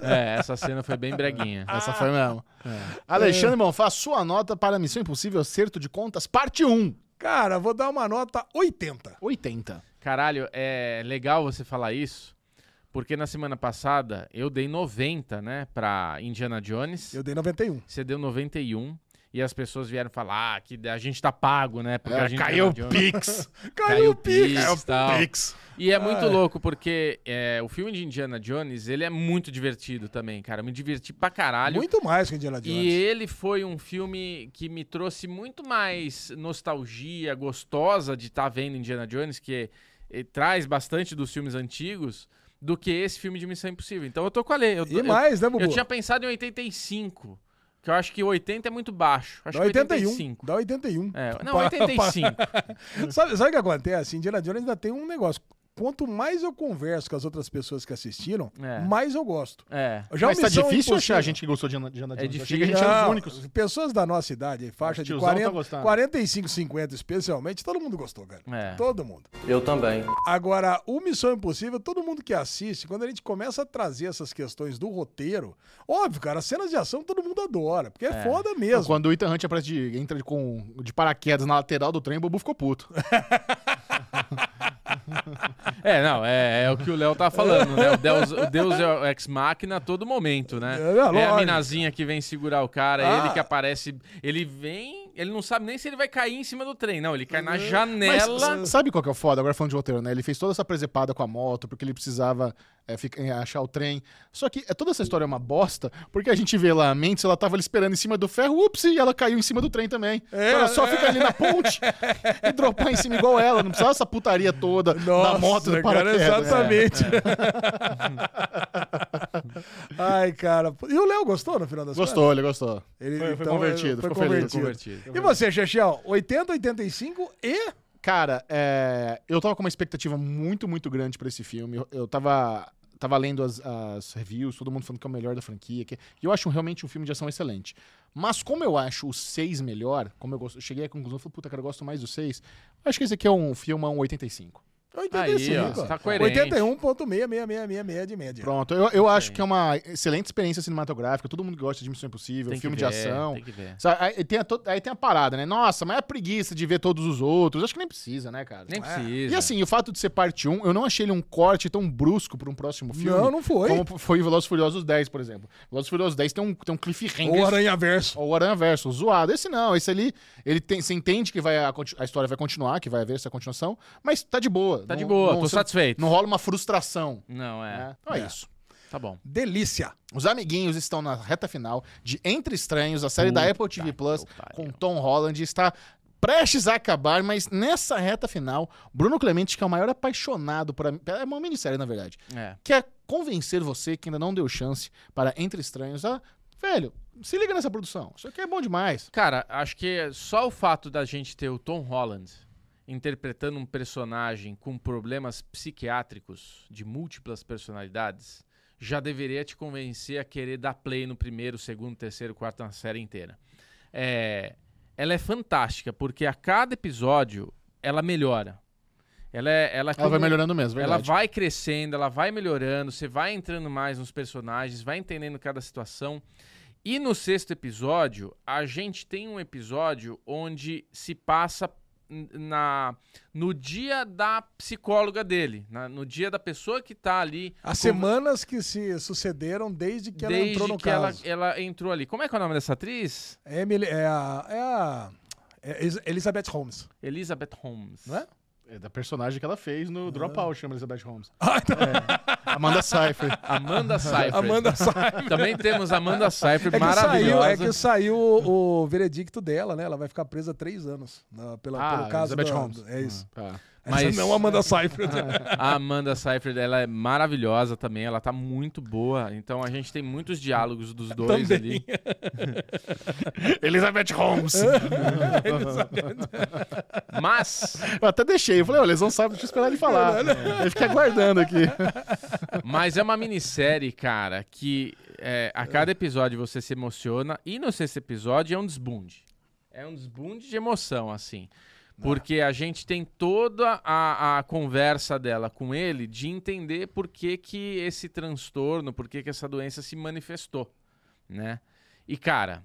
É, essa cena foi bem breguinha. Ah. Essa foi mesmo. É. Alexandre Bonfá, sua nota para Missão Impossível Acerto de Contas, parte 1. Cara, vou dar uma nota 80. 80. Caralho, é legal você falar isso, porque na semana passada eu dei 90, né, pra Indiana Jones. Eu dei 91. Você deu 91 e as pessoas vieram falar ah, que a gente tá pago, né? Porque a gente caiu o Jones. Pix. Caiu o pique. Pix, tal. Pix. E é muito louco, porque é, o filme de Indiana Jones, ele é muito divertido também, cara. Eu Me diverti pra caralho. Muito mais que Indiana Jones. E ele foi um filme que me trouxe muito mais nostalgia gostosa de estar vendo Indiana Jones, que eh, traz bastante dos filmes antigos, do que esse filme de Missão Impossível. Então eu tô com a lei. Eu, E eu- mais, né, eu, Bubu? tinha pensado em 85, que eu acho que 80 é muito baixo. Acho Dá que 81. 85. Dá 81. É, não, um. 85. sabe, sabe o que acontece? Indiana Jones ainda tem um negócio. Quanto mais eu converso com as outras pessoas que assistiram, É. mais eu gosto. é. Já Mas o tá Missão difícil achar Impossível- a gente que gostou de Ana Jones. É Eu achei que a gente difícil. era os Não, únicos. Pessoas da nossa idade, faixa de tiozão tá 40, gostando. 45, 50 especialmente, todo mundo gostou, cara. É. Todo mundo. Eu também. Agora, o Missão Impossível, todo mundo que assiste, quando a gente começa a trazer essas questões do roteiro, óbvio, cara, as cenas de ação todo mundo adora, porque é, foda mesmo. Quando o Ethan Hunt aparece de, entra com, de paraquedas na lateral do trem, o Bubu ficou puto. É, não, é, é o que o Léo tá falando, né? O Deus, o Deus é o ex-máquina a todo momento, né? É, é lógico. É a minazinha que vem segurar o cara, é Ah. ele que aparece. Ele vem, ele não sabe nem se ele vai cair em cima do trem, não. Ele cai na Mas janela. s- sabe qual que é o foda? Agora falando de roteiro, né? Ele fez toda essa presepada com a moto, porque ele precisava é, fica- é, achar o trem. Só que é, toda essa história é uma bosta, porque a gente vê lá a Mendes, ela tava ali esperando em cima do ferro, ups, e ela caiu em cima do trem também. então ela só fica ali na ponte e dropar em cima igual ela. Não precisava essa putaria toda da moto do cara, paraquedas. né? exatamente. Ai, cara. E o Léo gostou no final das É. Gostou, ele gostou. contas? Ele, então, Foi- foi convertido, Foi ficou feliz. convertido. Ficou convertido. E você, Xexel? 80, 85 e... Cara, é, eu tava com uma expectativa muito, muito grande pra esse filme. Eu, eu tava, tava lendo as, as reviews, todo mundo falando que é o melhor da franquia. que- e eu acho realmente um filme de ação excelente. Mas como eu acho o 6 melhor, como eu, gosto, eu cheguei à conclusão, eu falei, puta, cara, eu gosto mais do 6. Acho que esse aqui é um filme a um 85. É Aí, 85. ó, você ó. tá coerente. 81,66666 de média. Pronto, eu, eu acho que é uma excelente experiência cinematográfica. Todo mundo que gosta de Missão Impossível, Tem que filme de ver, ação. Tem que ver. Sabe, Aí tem, a to- aí tem a parada, né? Nossa, mas é preguiça de ver todos os outros. Acho que nem precisa, né, cara? Nem É. E precisa. assim, o fato de ser parte 1, eu não achei ele um corte tão brusco pra um próximo filme. Não, não foi. Como foi Velozes e Furiosos 10, por exemplo. Velozes e Furiosos 10 tem um, tem um cliffhanger. Ou Aranha Verso. Ou o Aranha Verso, zoado. Esse não, esse ali, ele tem, você entende que vai a, conti- a história vai continuar, que vai haver essa continuação, mas tá de boa. Tá de Não- boa, não- tô você- satisfeito. Não rola uma frustração. Não, é. né? Então é, É. isso. Tá bom. Delícia. Os amiguinhos estão na reta final de Entre Estranhos, a série da Puta Apple TV que Plus, pariu. com Tom Holland, está prestes a acabar, mas nessa reta final, Bruno Clemente, que é o maior apaixonado por. am- É uma minissérie, na verdade. É. Quer convencer você que ainda não deu chance para Entre Estranhos a. Velho, se liga nessa produção. Isso aqui é bom demais. Cara, acho que só o fato da gente ter o Tom Holland interpretando um personagem com problemas psiquiátricos de múltiplas personalidades já deveria te convencer a querer dar play no primeiro, segundo, terceiro, quarto, na série inteira. É, ela é fantástica porque a cada episódio ela melhora. Ela, é, ela, Ela vai como- melhorando mesmo, ela verdade. vai crescendo, ela vai melhorando, você vai entrando mais nos personagens, vai entendendo cada situação. E no sexto episódio, a gente tem um episódio onde se passa n- na no dia da psicóloga dele, na- no dia da pessoa que tá ali As semanas que se sucederam desde Ah, que ela desde entrou no que ela, caso. ela entrou ali. Como é que é o nome dessa atriz? Emily, é a, é a é Elis- Elizabeth Holmes. Elizabeth Holmes. Não é? É da personagem que ela fez no Dropout, chama Elizabeth Holmes. Ah, Ah, então, Amanda Seyfried. Amanda Seyfried. Amanda Seyfried. Também temos Amanda Seyfried, É que saiu, maravilhosa. é que saiu o, o veredicto dela, né? Ela vai ficar presa três anos na- pela, Ah, pelo caso. Elizabeth da- Holmes. É isso. Tá. Mas- Essa não Amanda Seyfried. A Amanda Seyfried, ela é maravilhosa também, ela tá muito boa. Então a gente tem muitos diálogos dos dois Também. ali. Elizabeth Holmes. Mas, Eu até deixei. Eu falei, olha, eles não sabem, deixa eu esperar ele falar. Ele fica aguardando aqui. mas é uma minissérie, cara, que é, a cada episódio você se emociona e no sexto episódio é um desbunde. É um desbunde de emoção, assim. Porque a gente tem toda a, a conversa dela com ele de entender por que, que esse transtorno, por que, que essa doença se manifestou, né? E, cara,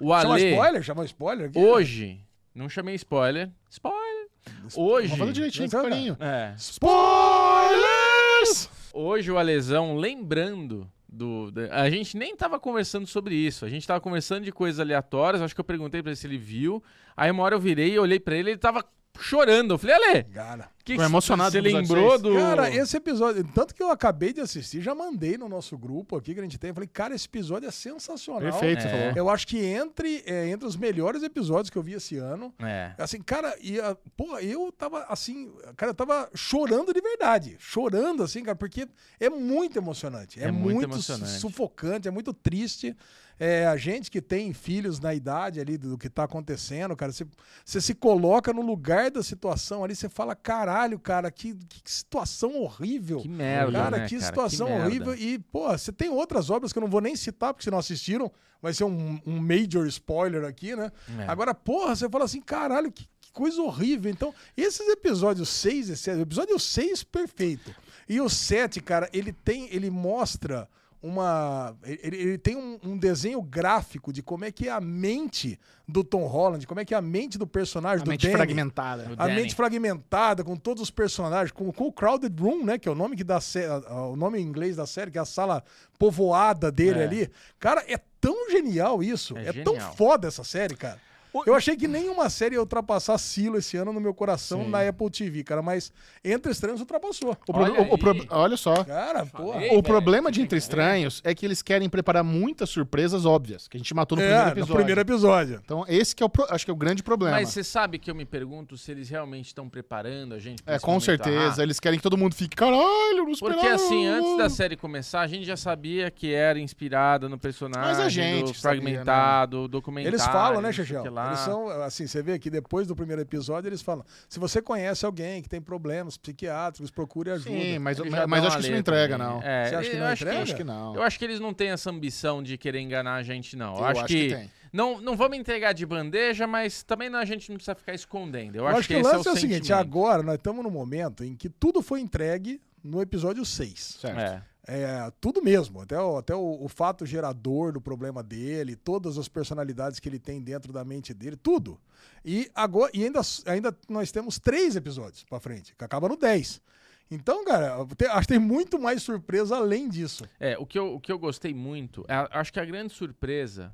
o Chama Ale... é um spoiler? Chama spoiler? aqui? Hoje, não chamei spoiler. Spoiler! Hoje. Fala direitinho, Exato. carinho. É. Spoilers! Hoje o Alesão, lembrando do. da- a gente nem tava conversando sobre isso. A gente tava conversando de coisas aleatórias. Acho que eu perguntei pra ele se ele viu. Aí uma hora eu virei e olhei pra ele ele tava chorando. Eu falei, Ale, Cara, que que Ficou emocionado Você com o episódio lembrou seis? do. Cara, esse episódio, tanto que eu acabei de assistir, já mandei no nosso grupo aqui que a gente tem. Eu falei, cara, esse episódio é sensacional. Perfeito, você É. falou. Eu acho que entre, é, entre os melhores episódios que eu vi esse ano. É. Assim, cara, e a- pô, eu tava assim, cara, eu tava chorando de verdade. Chorando, assim, cara, porque é muito emocionante. É, É muito muito, emocionante. su- sufocante, é muito triste. É, a gente que tem filhos na idade ali do, do que tá acontecendo, cara, você, você se coloca no lugar da situação ali, você fala, caralho, cara, que, que situação horrível. Que merda. Cara, né, que situação merda. horrível. E, pô, você tem outras obras que eu não vou nem citar, porque se não assistiram, vai ser um, um major spoiler aqui, né? É. Agora, porra, você fala assim, caralho, que, que coisa horrível. Então, esses episódios 6 e 7, o episódio 6 perfeito. E o 7, cara, ele tem, ele mostra uma ele, ele tem um, um desenho gráfico de como é que é a mente do Tom Holland, como é que é a mente do personagem A do mente Danny. fragmentada. Do A Danny. mente fragmentada, com todos os personagens, com, com o Crowded Room, né? Que é o nome que dá sé- a- a- o nome em inglês da série, que é a sala povoada dele É. ali. Cara, é tão genial isso. É É, tão genial. foda essa série, cara. Eu achei que nenhuma série ia ultrapassar Silo esse ano no meu coração na Apple TV, cara. Mas Entre Estranhos ultrapassou. O pro- Olha o- o pro- aí. olha só. Cara, porra. Ei, O velho, problema você de tem Entre que ver. Estranhos é que eles querem preparar muitas surpresas óbvias, que a gente matou no É, primeiro episódio. no primeiro episódio. Então, esse que é o, pro- acho que é o grande problema. Mas você sabe que eu me pergunto se eles realmente estão preparando a gente pra é, esse com momento. Ah, certeza. Eles querem que todo mundo fique, caralho, eu não esperava. Porque assim, um antes da série começar, a gente já sabia que era inspirada no personagem, Mas a gente do sabia, fragmentado, documentário. né? Eles falam, né, não sei o Chechel? que lá. Eles são, assim, você vê que depois do primeiro episódio eles falam: se você conhece alguém que tem problemas psiquiátricos, procure ajuda. Sim, mas, Eles mas, já dão acho a que isso não letra entrega, também. não. É, Você acha que eu não acho Eu entrega? acho que não. Eu acho que eles não têm essa ambição de querer enganar a gente, não. Eu, Eu acho, acho que, que tem. Não, não vamos entregar de bandeja, mas também não, a gente não precisa ficar escondendo. Eu Eu acho, acho que, o esse lance é o, seguinte: sentimento. agora nós estamos num momento em que tudo foi entregue no episódio 6. Certo. É. É, tudo mesmo, até, o, até o, o fato gerador do problema dele, todas as personalidades que ele tem dentro da mente dele, tudo. E agora e ainda, ainda nós temos três episódios pra frente, que acaba no 10. Então, cara, te- acho que tem muito mais surpresa além disso. É, o que eu, o que eu gostei muito, é, acho que a grande surpresa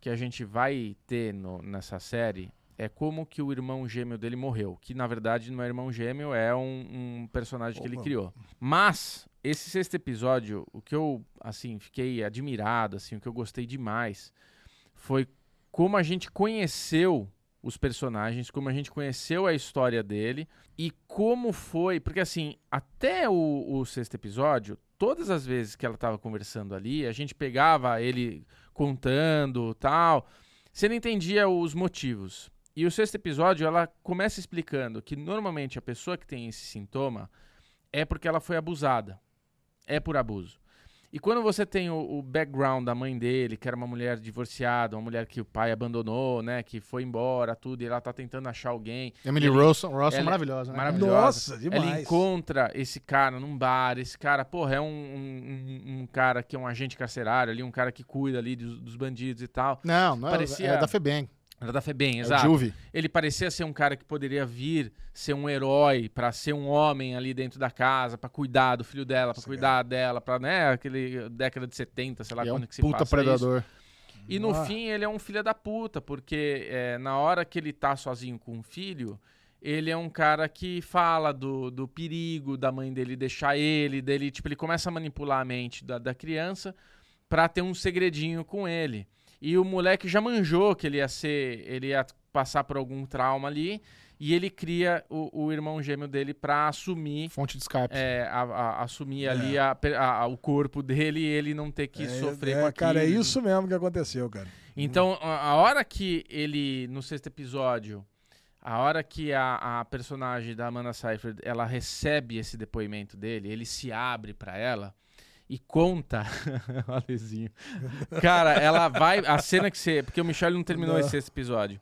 que a gente vai ter no- nessa série é como que o irmão gêmeo dele morreu. Que na verdade não é irmão gêmeo, é um, um personagem que ele Opa. criou. Mas, esse sexto episódio, o que eu, assim, fiquei admirado, assim, o que eu gostei demais foi como a gente conheceu os personagens, como a gente conheceu a história dele e como foi. Porque, assim, até o, o sexto episódio, todas as vezes que ela tava conversando ali, a gente pegava ele contando tal. Você não entendia os motivos. E o sexto episódio, ela começa explicando que normalmente a pessoa que tem esse sintoma é porque ela foi abusada. É por abuso. E quando você tem o, o background da mãe dele, que era uma mulher divorciada, uma mulher que o pai abandonou, né? Que foi embora, tudo, e ela tá tentando achar alguém. Emily Ele- Rosson, Rosson ela- é maravilhosa, né? maravilhosa. Nossa, Ela demais. encontra esse cara num bar, esse cara, porra, é um, um- um- um cara que é um agente carcerário ali, um cara que cuida ali dos, dos bandidos e tal. Não, não Parecia- é, é da Febem. Era da Febem, É exato. o Juve. Ele parecia ser um cara que poderia vir ser um herói pra ser um homem ali dentro da casa, pra cuidar do filho dela, pra cuidar dela, pra, né, aquele década de 70, sei lá, É quando um que se puta passa isso. predador. E no Ah. fim ele é um filho da puta, porque é, na hora que ele tá sozinho com um filho, ele é um cara que fala do, do perigo da mãe dele deixar ele, dele, tipo, ele começa a manipular a mente da, da criança pra ter um segredinho com ele. E o moleque já manjou que ele ia ser. ele ia passar por algum trauma ali. E ele cria o, o irmão gêmeo dele pra assumir. Fonte de escape. é, a- a- assumir ali a pe- a- a- o corpo dele e ele não ter que sofrer com É. é, aquilo. cara, é isso mesmo que aconteceu, cara. Então, a, a hora que ele, no sexto episódio, a hora que a, a personagem da Amanda Seyfried, ela recebe esse depoimento dele, ele se abre pra ela e conta... Olha o Lezinho. Cara, ela vai... A cena que você... Porque o Michel não terminou Não. esse sexto episódio.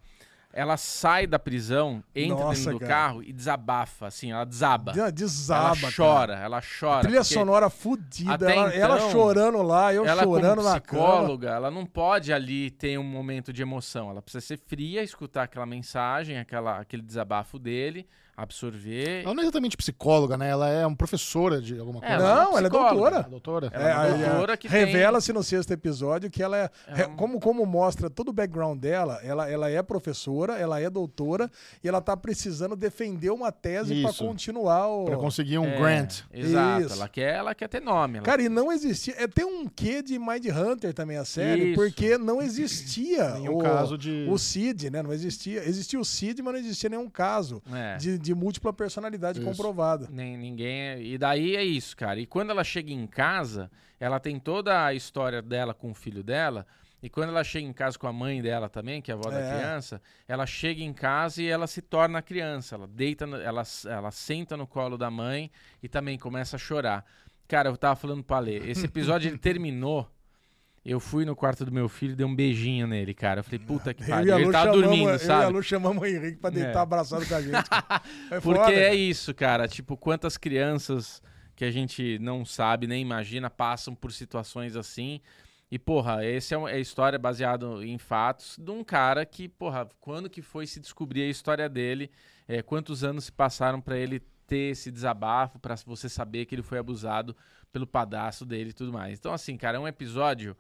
Ela sai da prisão, entra Nossa, dentro do cara. carro e desabafa, assim, ela desaba. De- Desaba, ela cara. chora, ela chora. Trilha porque- sonora fudida. Até Ela, ela então, chorando lá, eu ela chorando como na cama. psicóloga, ela não pode ali ter um momento de emoção. Ela precisa ser fria, escutar aquela mensagem, aquela, aquele desabafo dele, absorver. Ela não é exatamente psicóloga, né? Ela é uma professora de alguma coisa. ela Não, ela é psicóloga. Ah, doutora. doutora. Ela é uma aí, doutora é, que tem- Revela-se no sexto episódio que ela é. É é, um- como, como mostra todo o background dela, ela, ela é professora, ela é doutora e ela tá precisando defender uma tese para Isso. continuar o. Pra conseguir um É, grant. Exato. Isso. Ela quer, ela quer ter nome. Ela Cara, e não existia. É, tem um quê de Mind Hunter também a série, Isso. porque não existia Nenhum o, um caso de- o Cid, né? Não existia. Existia o Cid, mas não existia nenhum caso É. de, de múltipla personalidade Isso. comprovada. Nem, ninguém. E daí é isso, cara. E quando ela chega em casa, ela tem toda a história dela com o filho dela. E quando ela chega em casa com a mãe dela também, que é a avó da É. criança, ela chega em casa e ela se torna a criança. Ela deita, no- ela, ela senta no colo da mãe e também começa a chorar. Cara, eu tava falando pra Lê, esse episódio ele terminou. Eu fui no quarto do meu filho e dei um beijinho nele, cara. Eu falei, puta que Eu e pariu. a Ele Lu tava chamamos- dormindo, Eu e a sabe? Lu chamamos o Henrique pra deitar É. abraçado com a gente. cara. É foda, Porque é isso, cara. Tipo, quantas crianças que a gente não sabe nem imagina passam por situações assim. E, porra, essa é, um- é a história baseada em fatos de um cara que, porra, quando que foi se descobrir a história dele? É, quantos anos se passaram pra ele ter esse desabafo, pra você saber que ele foi abusado pelo padrasto dele e tudo mais. Então, assim, cara, é um episódio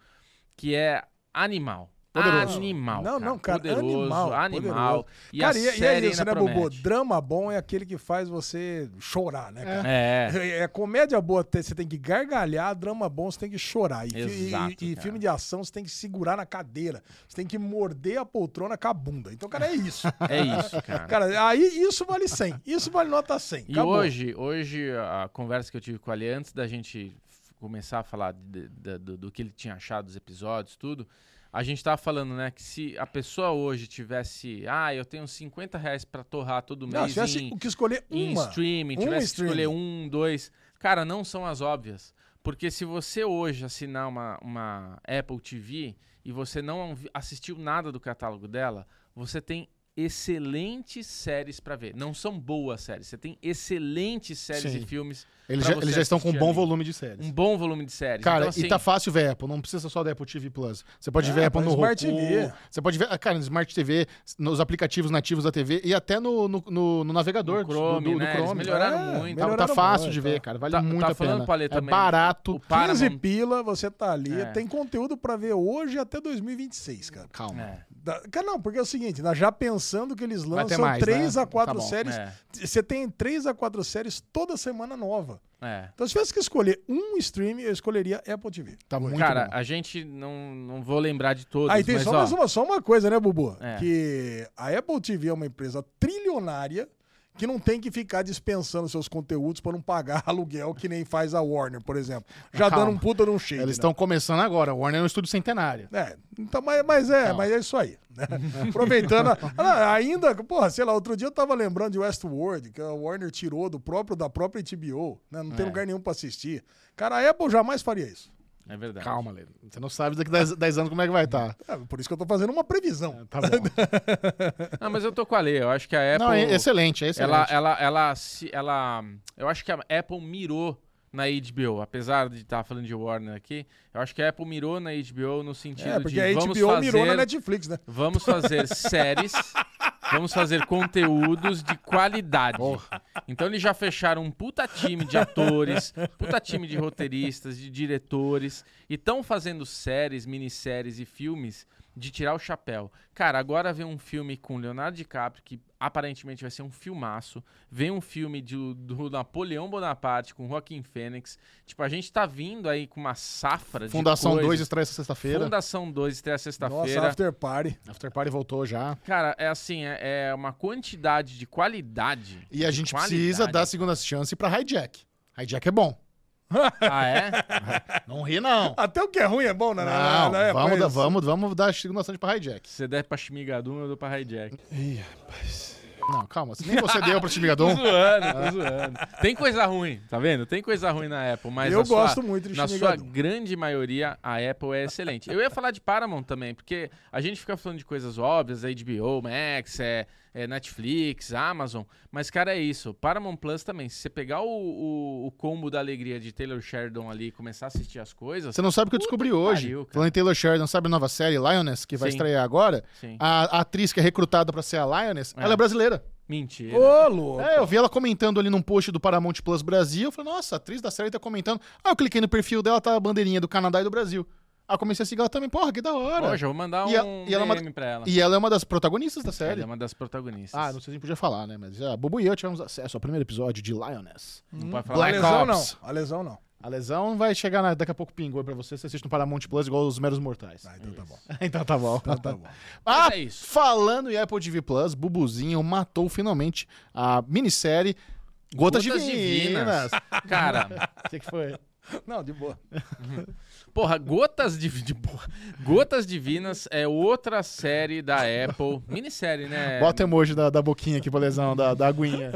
que é animal. Poderoso. Animal. Não, não, cara, é Poderoso, animal, animal. poderoso. E Cara, a e, e série é isso, ainda né, Bobo? promete. Drama bom é aquele que faz você chorar, né, cara? É. É. comédia boa, te- você tem que gargalhar, drama bom, você tem que chorar. E, fi- e- Exato, e cara. filme de ação, você tem que segurar na cadeira. Você tem que morder a poltrona com a bunda. Então, cara, é isso. É isso, cara. cara, aí isso vale 100. Isso vale nota 100. e Acabou. hoje, hoje, a conversa que eu tive com ele antes da gente f- começar a falar de- de- do, do que ele tinha achado dos episódios, tudo, a gente tava falando, né, que se a pessoa hoje tivesse, ah, eu tenho 50 reais pra torrar todo mês Não, se tivesse em, o que escolher em uma. streaming, Uma tivesse que streaming. escolher um, dois. Cara, não são as óbvias. Porque se você hoje assinar uma, uma Apple TV e você não vi- assistiu nada do catálogo dela, você tem excelentes séries pra ver. Não são boas séries, você tem excelentes séries Sim. e filmes. Eles pra já, você eles já estão com um assistir bom ali. volume de séries. Um bom volume de séries. Cara, Então, assim, e tá fácil ver Apple, não precisa só da Apple TV Plus. Você pode É, ver Apple põe no Smart Roku, TV. Você pode ver, ah, cara, no Smart TV, nos aplicativos nativos da TV e até no, no, no- no navegador No Chrome, do, do, do né? Eles Chrome. melhoraram É, muito. Tá- Tá, melhoraram fácil muito, de tá. ver, cara. Vale Tá- muito tá a falando, pena. Paleta, é também, barato. o Paramount. 15 pila, você tá ali. É. Tem conteúdo pra ver hoje até 2026, cara. Calma. É. Da- Cara, não, porque é o seguinte, nós já pensando que eles Vai ter lançam mais, 3 né? a 4 Tá bom, séries. é. Você tem 3 a 4 séries toda semana nova. É. Então, se tivesse que escolher um stream, eu escolheria Apple TV. Tá muito Cara, bom. a gente não, não vou lembrar de todos, Aí tem mas só, ó, mais um. uma, só uma coisa, né, Bubu? É. Que a Apple TV é uma empresa trilionária que não tem que ficar dispensando seus conteúdos pra não pagar aluguel que nem faz a Warner, por exemplo. Já Calma. dando um puta num shade. Eles né? estão começando agora. O Warner é um estúdio centenário. É, então, mas, mas é, mas é isso aí. né? Aproveitando. a- Ah, ainda, porra, sei lá, outro dia eu tava lembrando de Westworld, que a Warner tirou do próprio, da própria HBO, né? Não tem É. lugar nenhum pra assistir. Cara, a Apple jamais faria isso. É verdade. Calma, Lê. Você não sabe daqui a 10, 10 anos como é que vai estar. É, por isso que eu tô fazendo uma previsão. Tá bom. Ah, mas eu tô com a Lê, eu acho que a Apple Não, é excelente, é excelente. ela, ela, ela, se- ela, eu acho que a Apple mirou na HBO, apesar de estar falando de Warner aqui, eu acho que a Apple mirou na HBO no sentido É, porque de a HBO vamos fazer, mirou na Netflix, né? vamos fazer séries, vamos fazer conteúdos de qualidade. Então eles já fecharam um puta time de atores, puta time de roteiristas, de diretores, e estão fazendo séries, minisséries e filmes de tirar o chapéu. Cara, agora vem um filme com Leonardo DiCaprio, que aparentemente vai ser um filmaço. Vem um filme de- do Napoleão Bonaparte com Joaquim Fênix. Tipo, a gente tá vindo aí com uma safra Fundação de 2 coisas. estreia essa sexta-feira. Fundação 2 estreia Nossa, sexta-feira. After Party. After Party voltou já. Cara, é assim, é, é uma quantidade de qualidade. E a gente Qualidade. precisa dar a segunda chance pra Hijack. Hijack é bom. Ah, é? Não ri, não. Até o que é ruim é bom, né? Na- na- Não, na Apple, vamos, é dar, isso. vamos, vamos dar a segunda chance pra Hijack. Se você der pra Shmigadum, eu dou pra Hijack. Não, calma. se Nem você deu pro Timigadon. zoando, É. tô zoando. Tem coisa ruim, tá vendo? Tem coisa ruim na Apple, mas Eu na sua- gosto muito de Na sua Shmigadum. grande maioria, a Apple é excelente. Eu ia falar de Paramount também, porque a gente fica falando de coisas óbvias, é HBO, Max, é, é Netflix, Amazon, mas, cara, é isso. Paramount Plus também, se você pegar o, o- o combo da alegria de Taylor Sheridan ali e começar a assistir as coisas... Você não sabe o que eu descobri Puta que hoje. pariu, cara. Falando em Taylor Sheridan, sabe a nova série Lioness, que vai Sim. estrear agora? Sim. A, a atriz que é recrutada pra ser a Lioness, É. ela é brasileira. Mentira. Ô, louco. É, eu vi ela comentando ali num post do Paramount Plus Brasil. Eu falei, nossa, a atriz da série tá comentando. Aí eu cliquei no perfil dela, tá a bandeirinha do Canadá e do Brasil. Aí eu comecei a seguir ela também. Porra, que da hora. Hoje eu vou mandar um E a- e ela é uma- DM pra ela. E ela é uma das protagonistas da série. Ela é uma das protagonistas. Ah, não sei se a gente podia falar, né? Mas a Bubu e eu tivemos acesso ao primeiro episódio de Lioness. Não pode a falar. Black lesão Ops. não. A lesão não. A lesão vai chegar na- daqui a pouco pingo aí pra você. Você assiste no Paramount Plus igual os meros mortais. Ah, então tá bom. então tá bom. Tá bom. Ah, Mas é isso. falando em Apple TV Plus, Bubuzinho matou finalmente a minissérie Gotas, Gotas Divinas. Divinas. Cara, O que, que foi? Não, de boa. porra, Gotas Divinas. Gotas Divinas é outra série da Apple. Minissérie, né? Bota emoji da, da boquinha aqui pra lesão, da, da aguinha.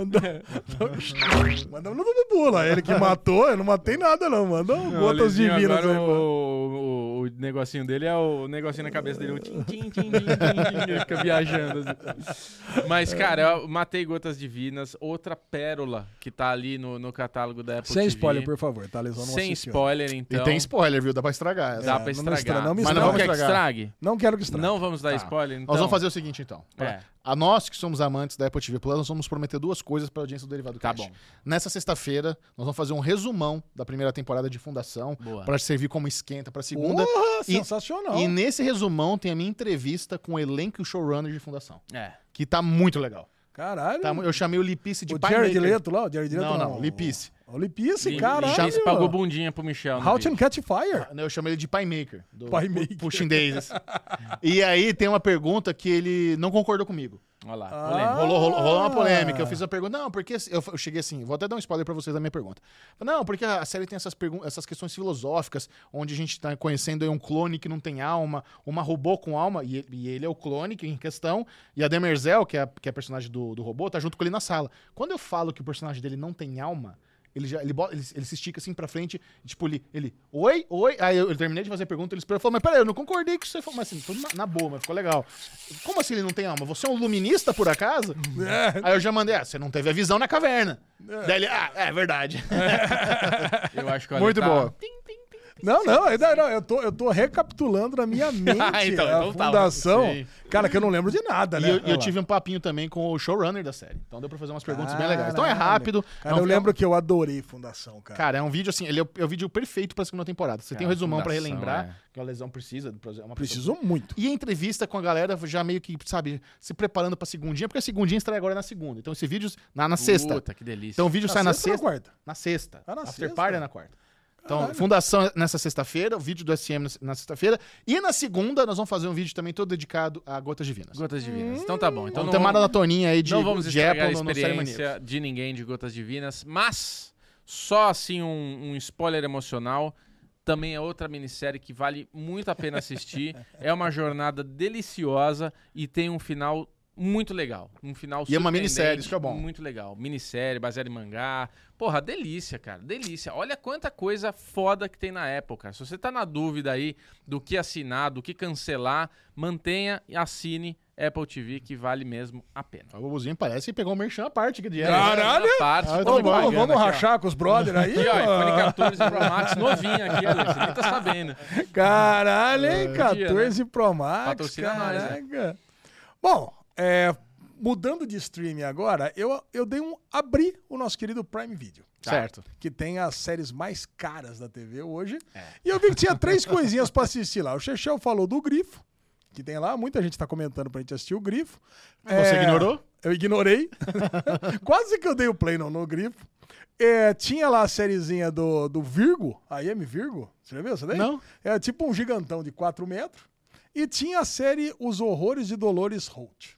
Manda um no Bubu lá. Ele que matou, eu não matei nada, não. Manda um gotas Lezinho, divinas aí, agora o, mano. o, o negocinho dele é o negocinho na cabeça dele. O tim, tim, tim, tim, tim, tim, ele fica viajando. assim. Mas, cara, eu matei Gotas Divinas. Outra pérola que tá ali no, no catálogo da Apple Sem TV. spoiler, por favor, tá? Lesão não Sem assistiu. spoiler, então. E tem spoiler, viu? Dá pra estragar essa. Dá não pra estraga, estragar. não me Mas não estraga. quer que estrague? Não quero que estrague. Não vamos dar spoiler, então. Nós vamos fazer o seguinte, então. Pra- É. A nós que somos amantes da Apple TV Plus, nós vamos prometer duas coisas para a audiência do Derivado Tá Cash. bom. Nessa sexta-feira, nós vamos fazer um resumão da primeira temporada de Fundação Boa. para servir como esquenta para segunda. Porra, E- sensacional. E nesse resumão tem a minha entrevista com o elenco e o showrunner de Fundação, É. que tá muito legal. Caralho. Tá mu- eu chamei o Lipice de o pai Jared maker. Leto lá? O Jared Leto Não, não, o- Lipice. O Lipice, Li- caralho. Lichens pagou bundinha pro Michel. no How vídeo. to Catch Fire. Ah, não, Eu chamei ele de pai maker. Do Pie Maker. Pushing Daisies. e aí tem uma pergunta que ele não concordou comigo. Olha lá, Ah. polêmica. Rolou, rolou, rolou uma Ah. polêmica. Eu fiz a pergunta. Não, porque eu, eu cheguei assim, vou até dar um spoiler pra vocês da minha pergunta. Não, porque a série tem essas, pergun- essas questões filosóficas, onde a gente tá conhecendo aí um clone que não tem alma, uma robô com alma, e ele, e ele é o clone que, em questão, e a Demerzel, que é a, que é a personagem do, do robô, tá junto com ele na sala. Quando eu falo que o personagem dele não tem alma, Ele, já, ele, bota- ele, ele se estica assim pra frente, e, tipo, ele, ele, oi, oi. Aí eu, eu terminei de fazer a pergunta, ele esperou e falou, mas peraí, eu não concordei com o que você falou. Mas assim, foi na, na boa, mas ficou legal. Como assim ele não tem alma? Você é um luminista, por acaso? Aí eu já mandei, ah, você não teve a visão na caverna. Daí ele, ah, é verdade. Eu acho que o Ale Muito tá- boa. Não, não, eu- não, não, eu, tô, eu tô recapitulando na minha mente Ah, então, a então tá, fundação. sei. cara, que eu não lembro de nada, E né? eu, e Olha eu lá. tive um papinho também com o showrunner da série. Então deu pra fazer umas perguntas bem legais. Caralho. Então é rápido. Cara, é um- eu lembro que eu adorei Fundação, cara. Cara, é um vídeo assim, ele é o, é o vídeo perfeito pra segunda temporada. Você tem um Cara, resumão pra fundação, relembrar, é. que a lesão precisa. pra- é Uma pessoa- Precisou muito. E a entrevista com a galera já meio que, sabe, se preparando pra segundinha, porque a segundinha estreia agora na segunda. Então esse vídeo na, na sexta. Puta, que delícia. Então o vídeo sai na sexta. ou Ah, na quarta. Na sexta. Ah, na After sexta. Party é na quarta. Então, fundação é nessa sexta-feira, o vídeo do SM na- na sexta-feira. E na segunda, nós vamos fazer um vídeo também todo dedicado a Gotas Divinas. Gotas Divinas. Então tá bom. Então Então não tem uma vamos- maratoninha aí de, não vamos de estragar Apple no- a no Série Maníacos. experiência de ninguém de Gotas Divinas, mas só assim um, um spoiler emocional. Também é outra minissérie que vale muito a pena assistir. é uma jornada deliciosa e tem um final muito legal. Um final E é uma surpreendente, minissérie, isso que é bom. Muito legal. Minissérie, baseada em mangá. Porra, delícia, cara. Delícia. Olha quanta coisa foda que tem na Apple, cara. Se você tá na dúvida aí do que assinar, do que cancelar, mantenha e assine Apple TV, que vale mesmo a pena. Ah, O Bubuzinho parece que pegou um merchan à parte aqui de Apple. Caralho! Segunda Parte, Ah, eu tô Ô, tô bom, vamos, pagando vamos aqui, ó. rachar com os brothers aí? Aqui, ó, mano? iPhone 14 Pro Max novinho aqui, Ale, você nem tá sabendo. Caralho, hein? Podia, né? 14 Pro Max. Patrocina nós, né? caraca. Bom, é, mudando de streaming agora, eu, eu dei um. abri o nosso querido Prime Video. Tá. Certo. Que tem as séries mais caras da TV hoje. É. E eu vi que tinha três coisinhas pra assistir lá. O Chechel falou do Grifo, que tem lá. Muita gente tá comentando pra gente assistir o Grifo. Você É, ignorou? Eu ignorei. Quase que eu dei o play não, no Grifo. É, tinha lá a sériezinha do, do Virgo, a M Virgo. Você já viu essa daí? Não. É tipo um gigantão de 4 metros. E tinha a série Os Horrores de Dolores Holt.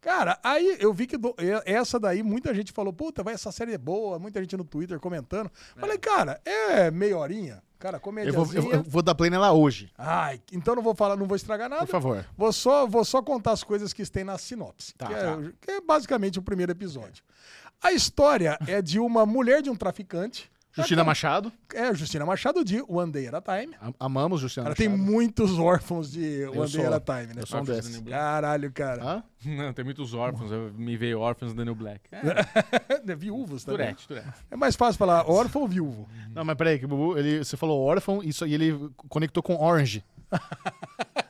Cara, aí eu vi que do- e- essa daí muita gente falou, puta, vai, essa série é boa, muita gente no Twitter comentando. Falei, cara, é meia horinha, cara, Eu comédia. vou, eu- eu vou dar play nela hoje. Ai, então não vou falar, não vou estragar nada. Por favor. Vou só, vou só contar as coisas que tem na sinopse, Tá, que, é, que é basicamente o primeiro episódio. A história é de uma mulher de um traficante, Justina Machado. é Justina Machado de One Day at a Time. Am- Amamos Justina Ela tem Machado. muitos órfãos de One sou- Day at a Time, né? Eu sou um Orphans desses. Ah. and Black. Caralho, cara. Hã? Não, tem muitos órfãos, eu me veio órfãos do Daniel Black. É, É, Viúvos também. Turete, Turete. É mais fácil falar órfão ou viúvo. Não, mas peraí, que o Bubu, ele, você falou órfão e, isso, e ele conectou com Orange.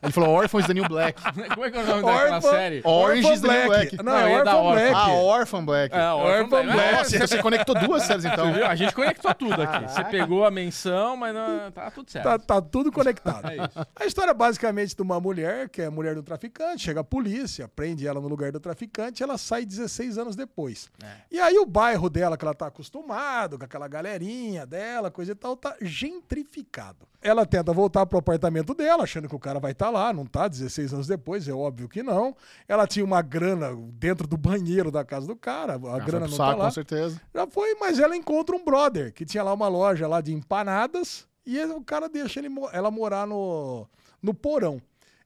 ele falou órfãos da New Black. Como é que é o nome daquela Órfão- série? Orange Órfão is the New Black. Não, Não, eu é ia dar órfão Black. órfão. Ah, Orphan Black. É, Órfão Black. Nossa, então você conectou duas séries então. Viu? A gente conectou tudo aqui. Você pegou a menção, mas não, tá tudo certo. Tá, tá tudo conectado. É isso. A história é basicamente de uma mulher, que é mulher do traficante, chega a polícia, prende ela no lugar do traficante, ela sai 16 anos depois. É. E aí o bairro dela, que ela tá acostumado, com aquela galerinha dela, coisa e tal, tá gentrificado. Ela tenta voltar pro apartamento dela, achando que o cara vai estar lá, não tá 16 anos depois, é óbvio que não. Ela tinha uma grana dentro do banheiro da casa do cara, a grana Foi pro não saco, tá lá. com certeza. Já foi, mas ela encontra um brother que tinha lá uma loja lá de empanadas e ele- o cara deixa ele mo- ela morar no, no porão.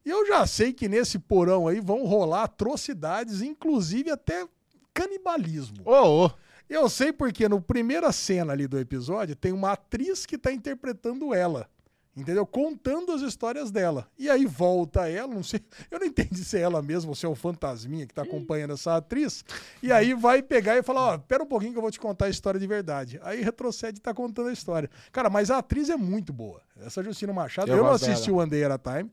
E eu já sei que nesse porão aí vão rolar atrocidades, inclusive até canibalismo. Ô, ô. Eu sei porque no primeira cena ali do episódio tem uma atriz que tá interpretando ela. Entendeu? Contando as histórias dela. E aí volta ela, não sei. Eu não entendi se é ela mesma ou se é um fantasminha que tá acompanhando essa atriz. E aí vai pegar e falar: Ó, pera um pouquinho que eu vou te contar a história de verdade. Aí retrocede e tá contando a história. Cara, mas a atriz é muito boa. Essa Justina Machado, eu, Eu não gosto assisti o One Day at a Time,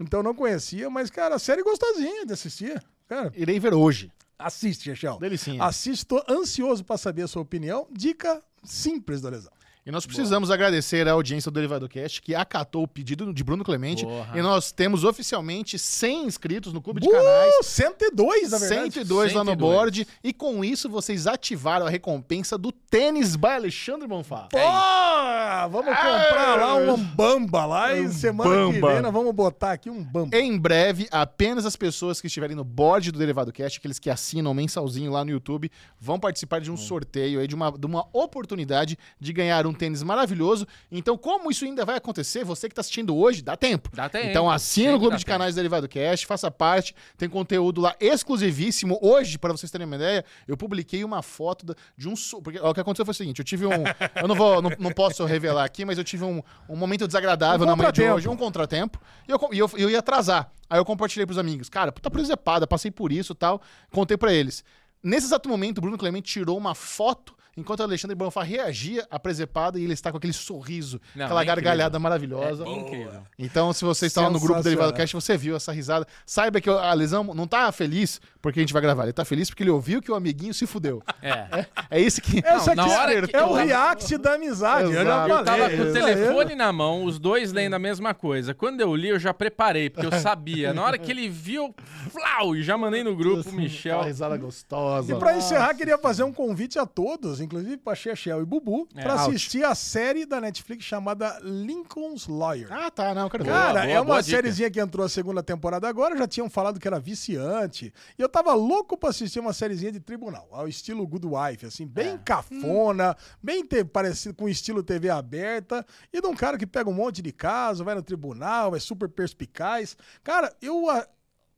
então não conhecia, mas, cara, a série gostosinha de assistir. Cara, Irei ver hoje. assiste, Chechel. Delicinha. Assisto ansioso para saber a sua opinião. Dica simples do Lesão. E nós precisamos agradecer à audiência do Derivado Cast, que acatou o pedido de Bruno Clemente. Porra. E nós temos oficialmente 100 inscritos no Clube de Canais. Uh, 102, na verdade. 102 lá no 102. board. E com isso, vocês ativaram a recompensa do tênis by Alexandre Bonfá. É Pô, vamos comprar lá um bamba lá e semana que Bamba. vem nós vamos botar aqui um bamba. Em breve, apenas as pessoas que estiverem no board do Derivado Cast, aqueles que assinam mensalzinho lá no YouTube, vão participar de um sorteio aí, de uma, de uma oportunidade de ganhar um tênis maravilhoso. Então, como isso ainda vai acontecer, você que tá assistindo hoje, dá tempo. Dá tempo. Então assina o Sempre Clube é, dá de tempo. Canais Derivado Cast, faça parte, tem conteúdo lá exclusivíssimo. Hoje, para vocês terem uma ideia, eu publiquei uma foto da- de um... so- Porque ó, o que aconteceu foi o seguinte, eu tive um... eu não vou, não, não posso revelar aqui, mas eu tive um, um momento desagradável Um na manhã de contratempo. hoje, um contratempo, e eu, co- e eu, eu ia atrasar. Aí eu compartilhei pros amigos. Cara, puta presepada, passei por isso e tal. Contei pra eles. Nesse exato momento, o Bruno Clemente tirou uma foto enquanto o Alexandre Bonfá reagia à presepada e ele está com aquele sorriso, Não, aquela é incrível. gargalhada É maravilhosa. Incrível. Então, se você está lá no grupo do Sensacional. Derivado Cast, você viu essa risada. Saiba que a lesão não tá feliz porque a gente vai gravar. Ele tá feliz porque ele ouviu que o amiguinho se fudeu. É. É isso que. Essa na aqui hora que é eu o tava- react da amizade. Eu já Exato. falei. Eu Tava com o isso aí. telefone na mão, os dois lendo a mesma coisa. Quando eu li, eu já preparei, porque eu sabia. Na hora que ele viu, flau, e já mandei no grupo, Michel. Aquela risada gostosa. É, E pra encerrar, queria fazer um convite a todos, inclusive pra Chechel e Bubu, pra É. out. assistir a série da Netflix chamada Lincoln's Lawyer. Ah, tá. Não, eu quero ver. Cara, boa, é uma boa dica. sériezinha que entrou a segunda temporada agora, já tinham falado que era viciante. E eu tava louco pra assistir uma sériezinha de tribunal, ao estilo Good Wife, assim, É. bem Hum. cafona, bem te- parecido com o estilo TV aberta, e de um cara que pega um monte de caso, vai no tribunal, é super perspicaz. Cara, eu. ah,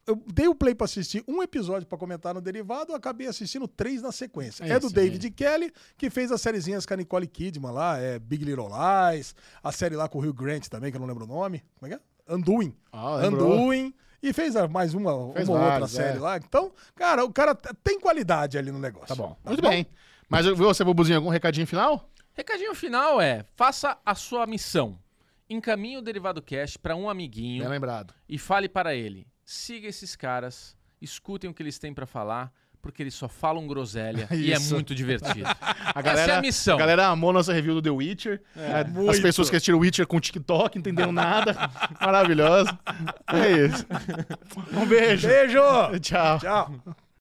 eu dei o play pra assistir um episódio pra comentar no derivado, eu acabei assistindo três na sequência. É, do isso David Kelly, que fez as sériezinhas com a Nicole Kidman lá, é Big Little Lies, a série lá com o Rio Grant também, que eu não lembro o nome. Como é que é? Undoing. Ah, lembrou. Anduin. E fez a- mais uma, Fez uma ou outra vários, série é. lá. Então, cara, o cara t- tem qualidade ali no negócio. Tá bom. Muito bem. Mas eu- você, Bubuzinho, algum recadinho final? Recadinho final é: faça a sua missão. Encaminhe o Derivado Cash pra um amiguinho Bem É lembrado. e fale para ele: siga esses caras, escutem o que eles têm pra falar, porque eles só falam groselha e é Isso. muito divertido. A galera, Essa é a missão. galera amou nossa review do The Witcher. É, As pessoas que assistiram o Witcher com TikTok, entenderam nada. Maravilhoso. É isso. Um beijo. Beijo! Tchau. Tchau.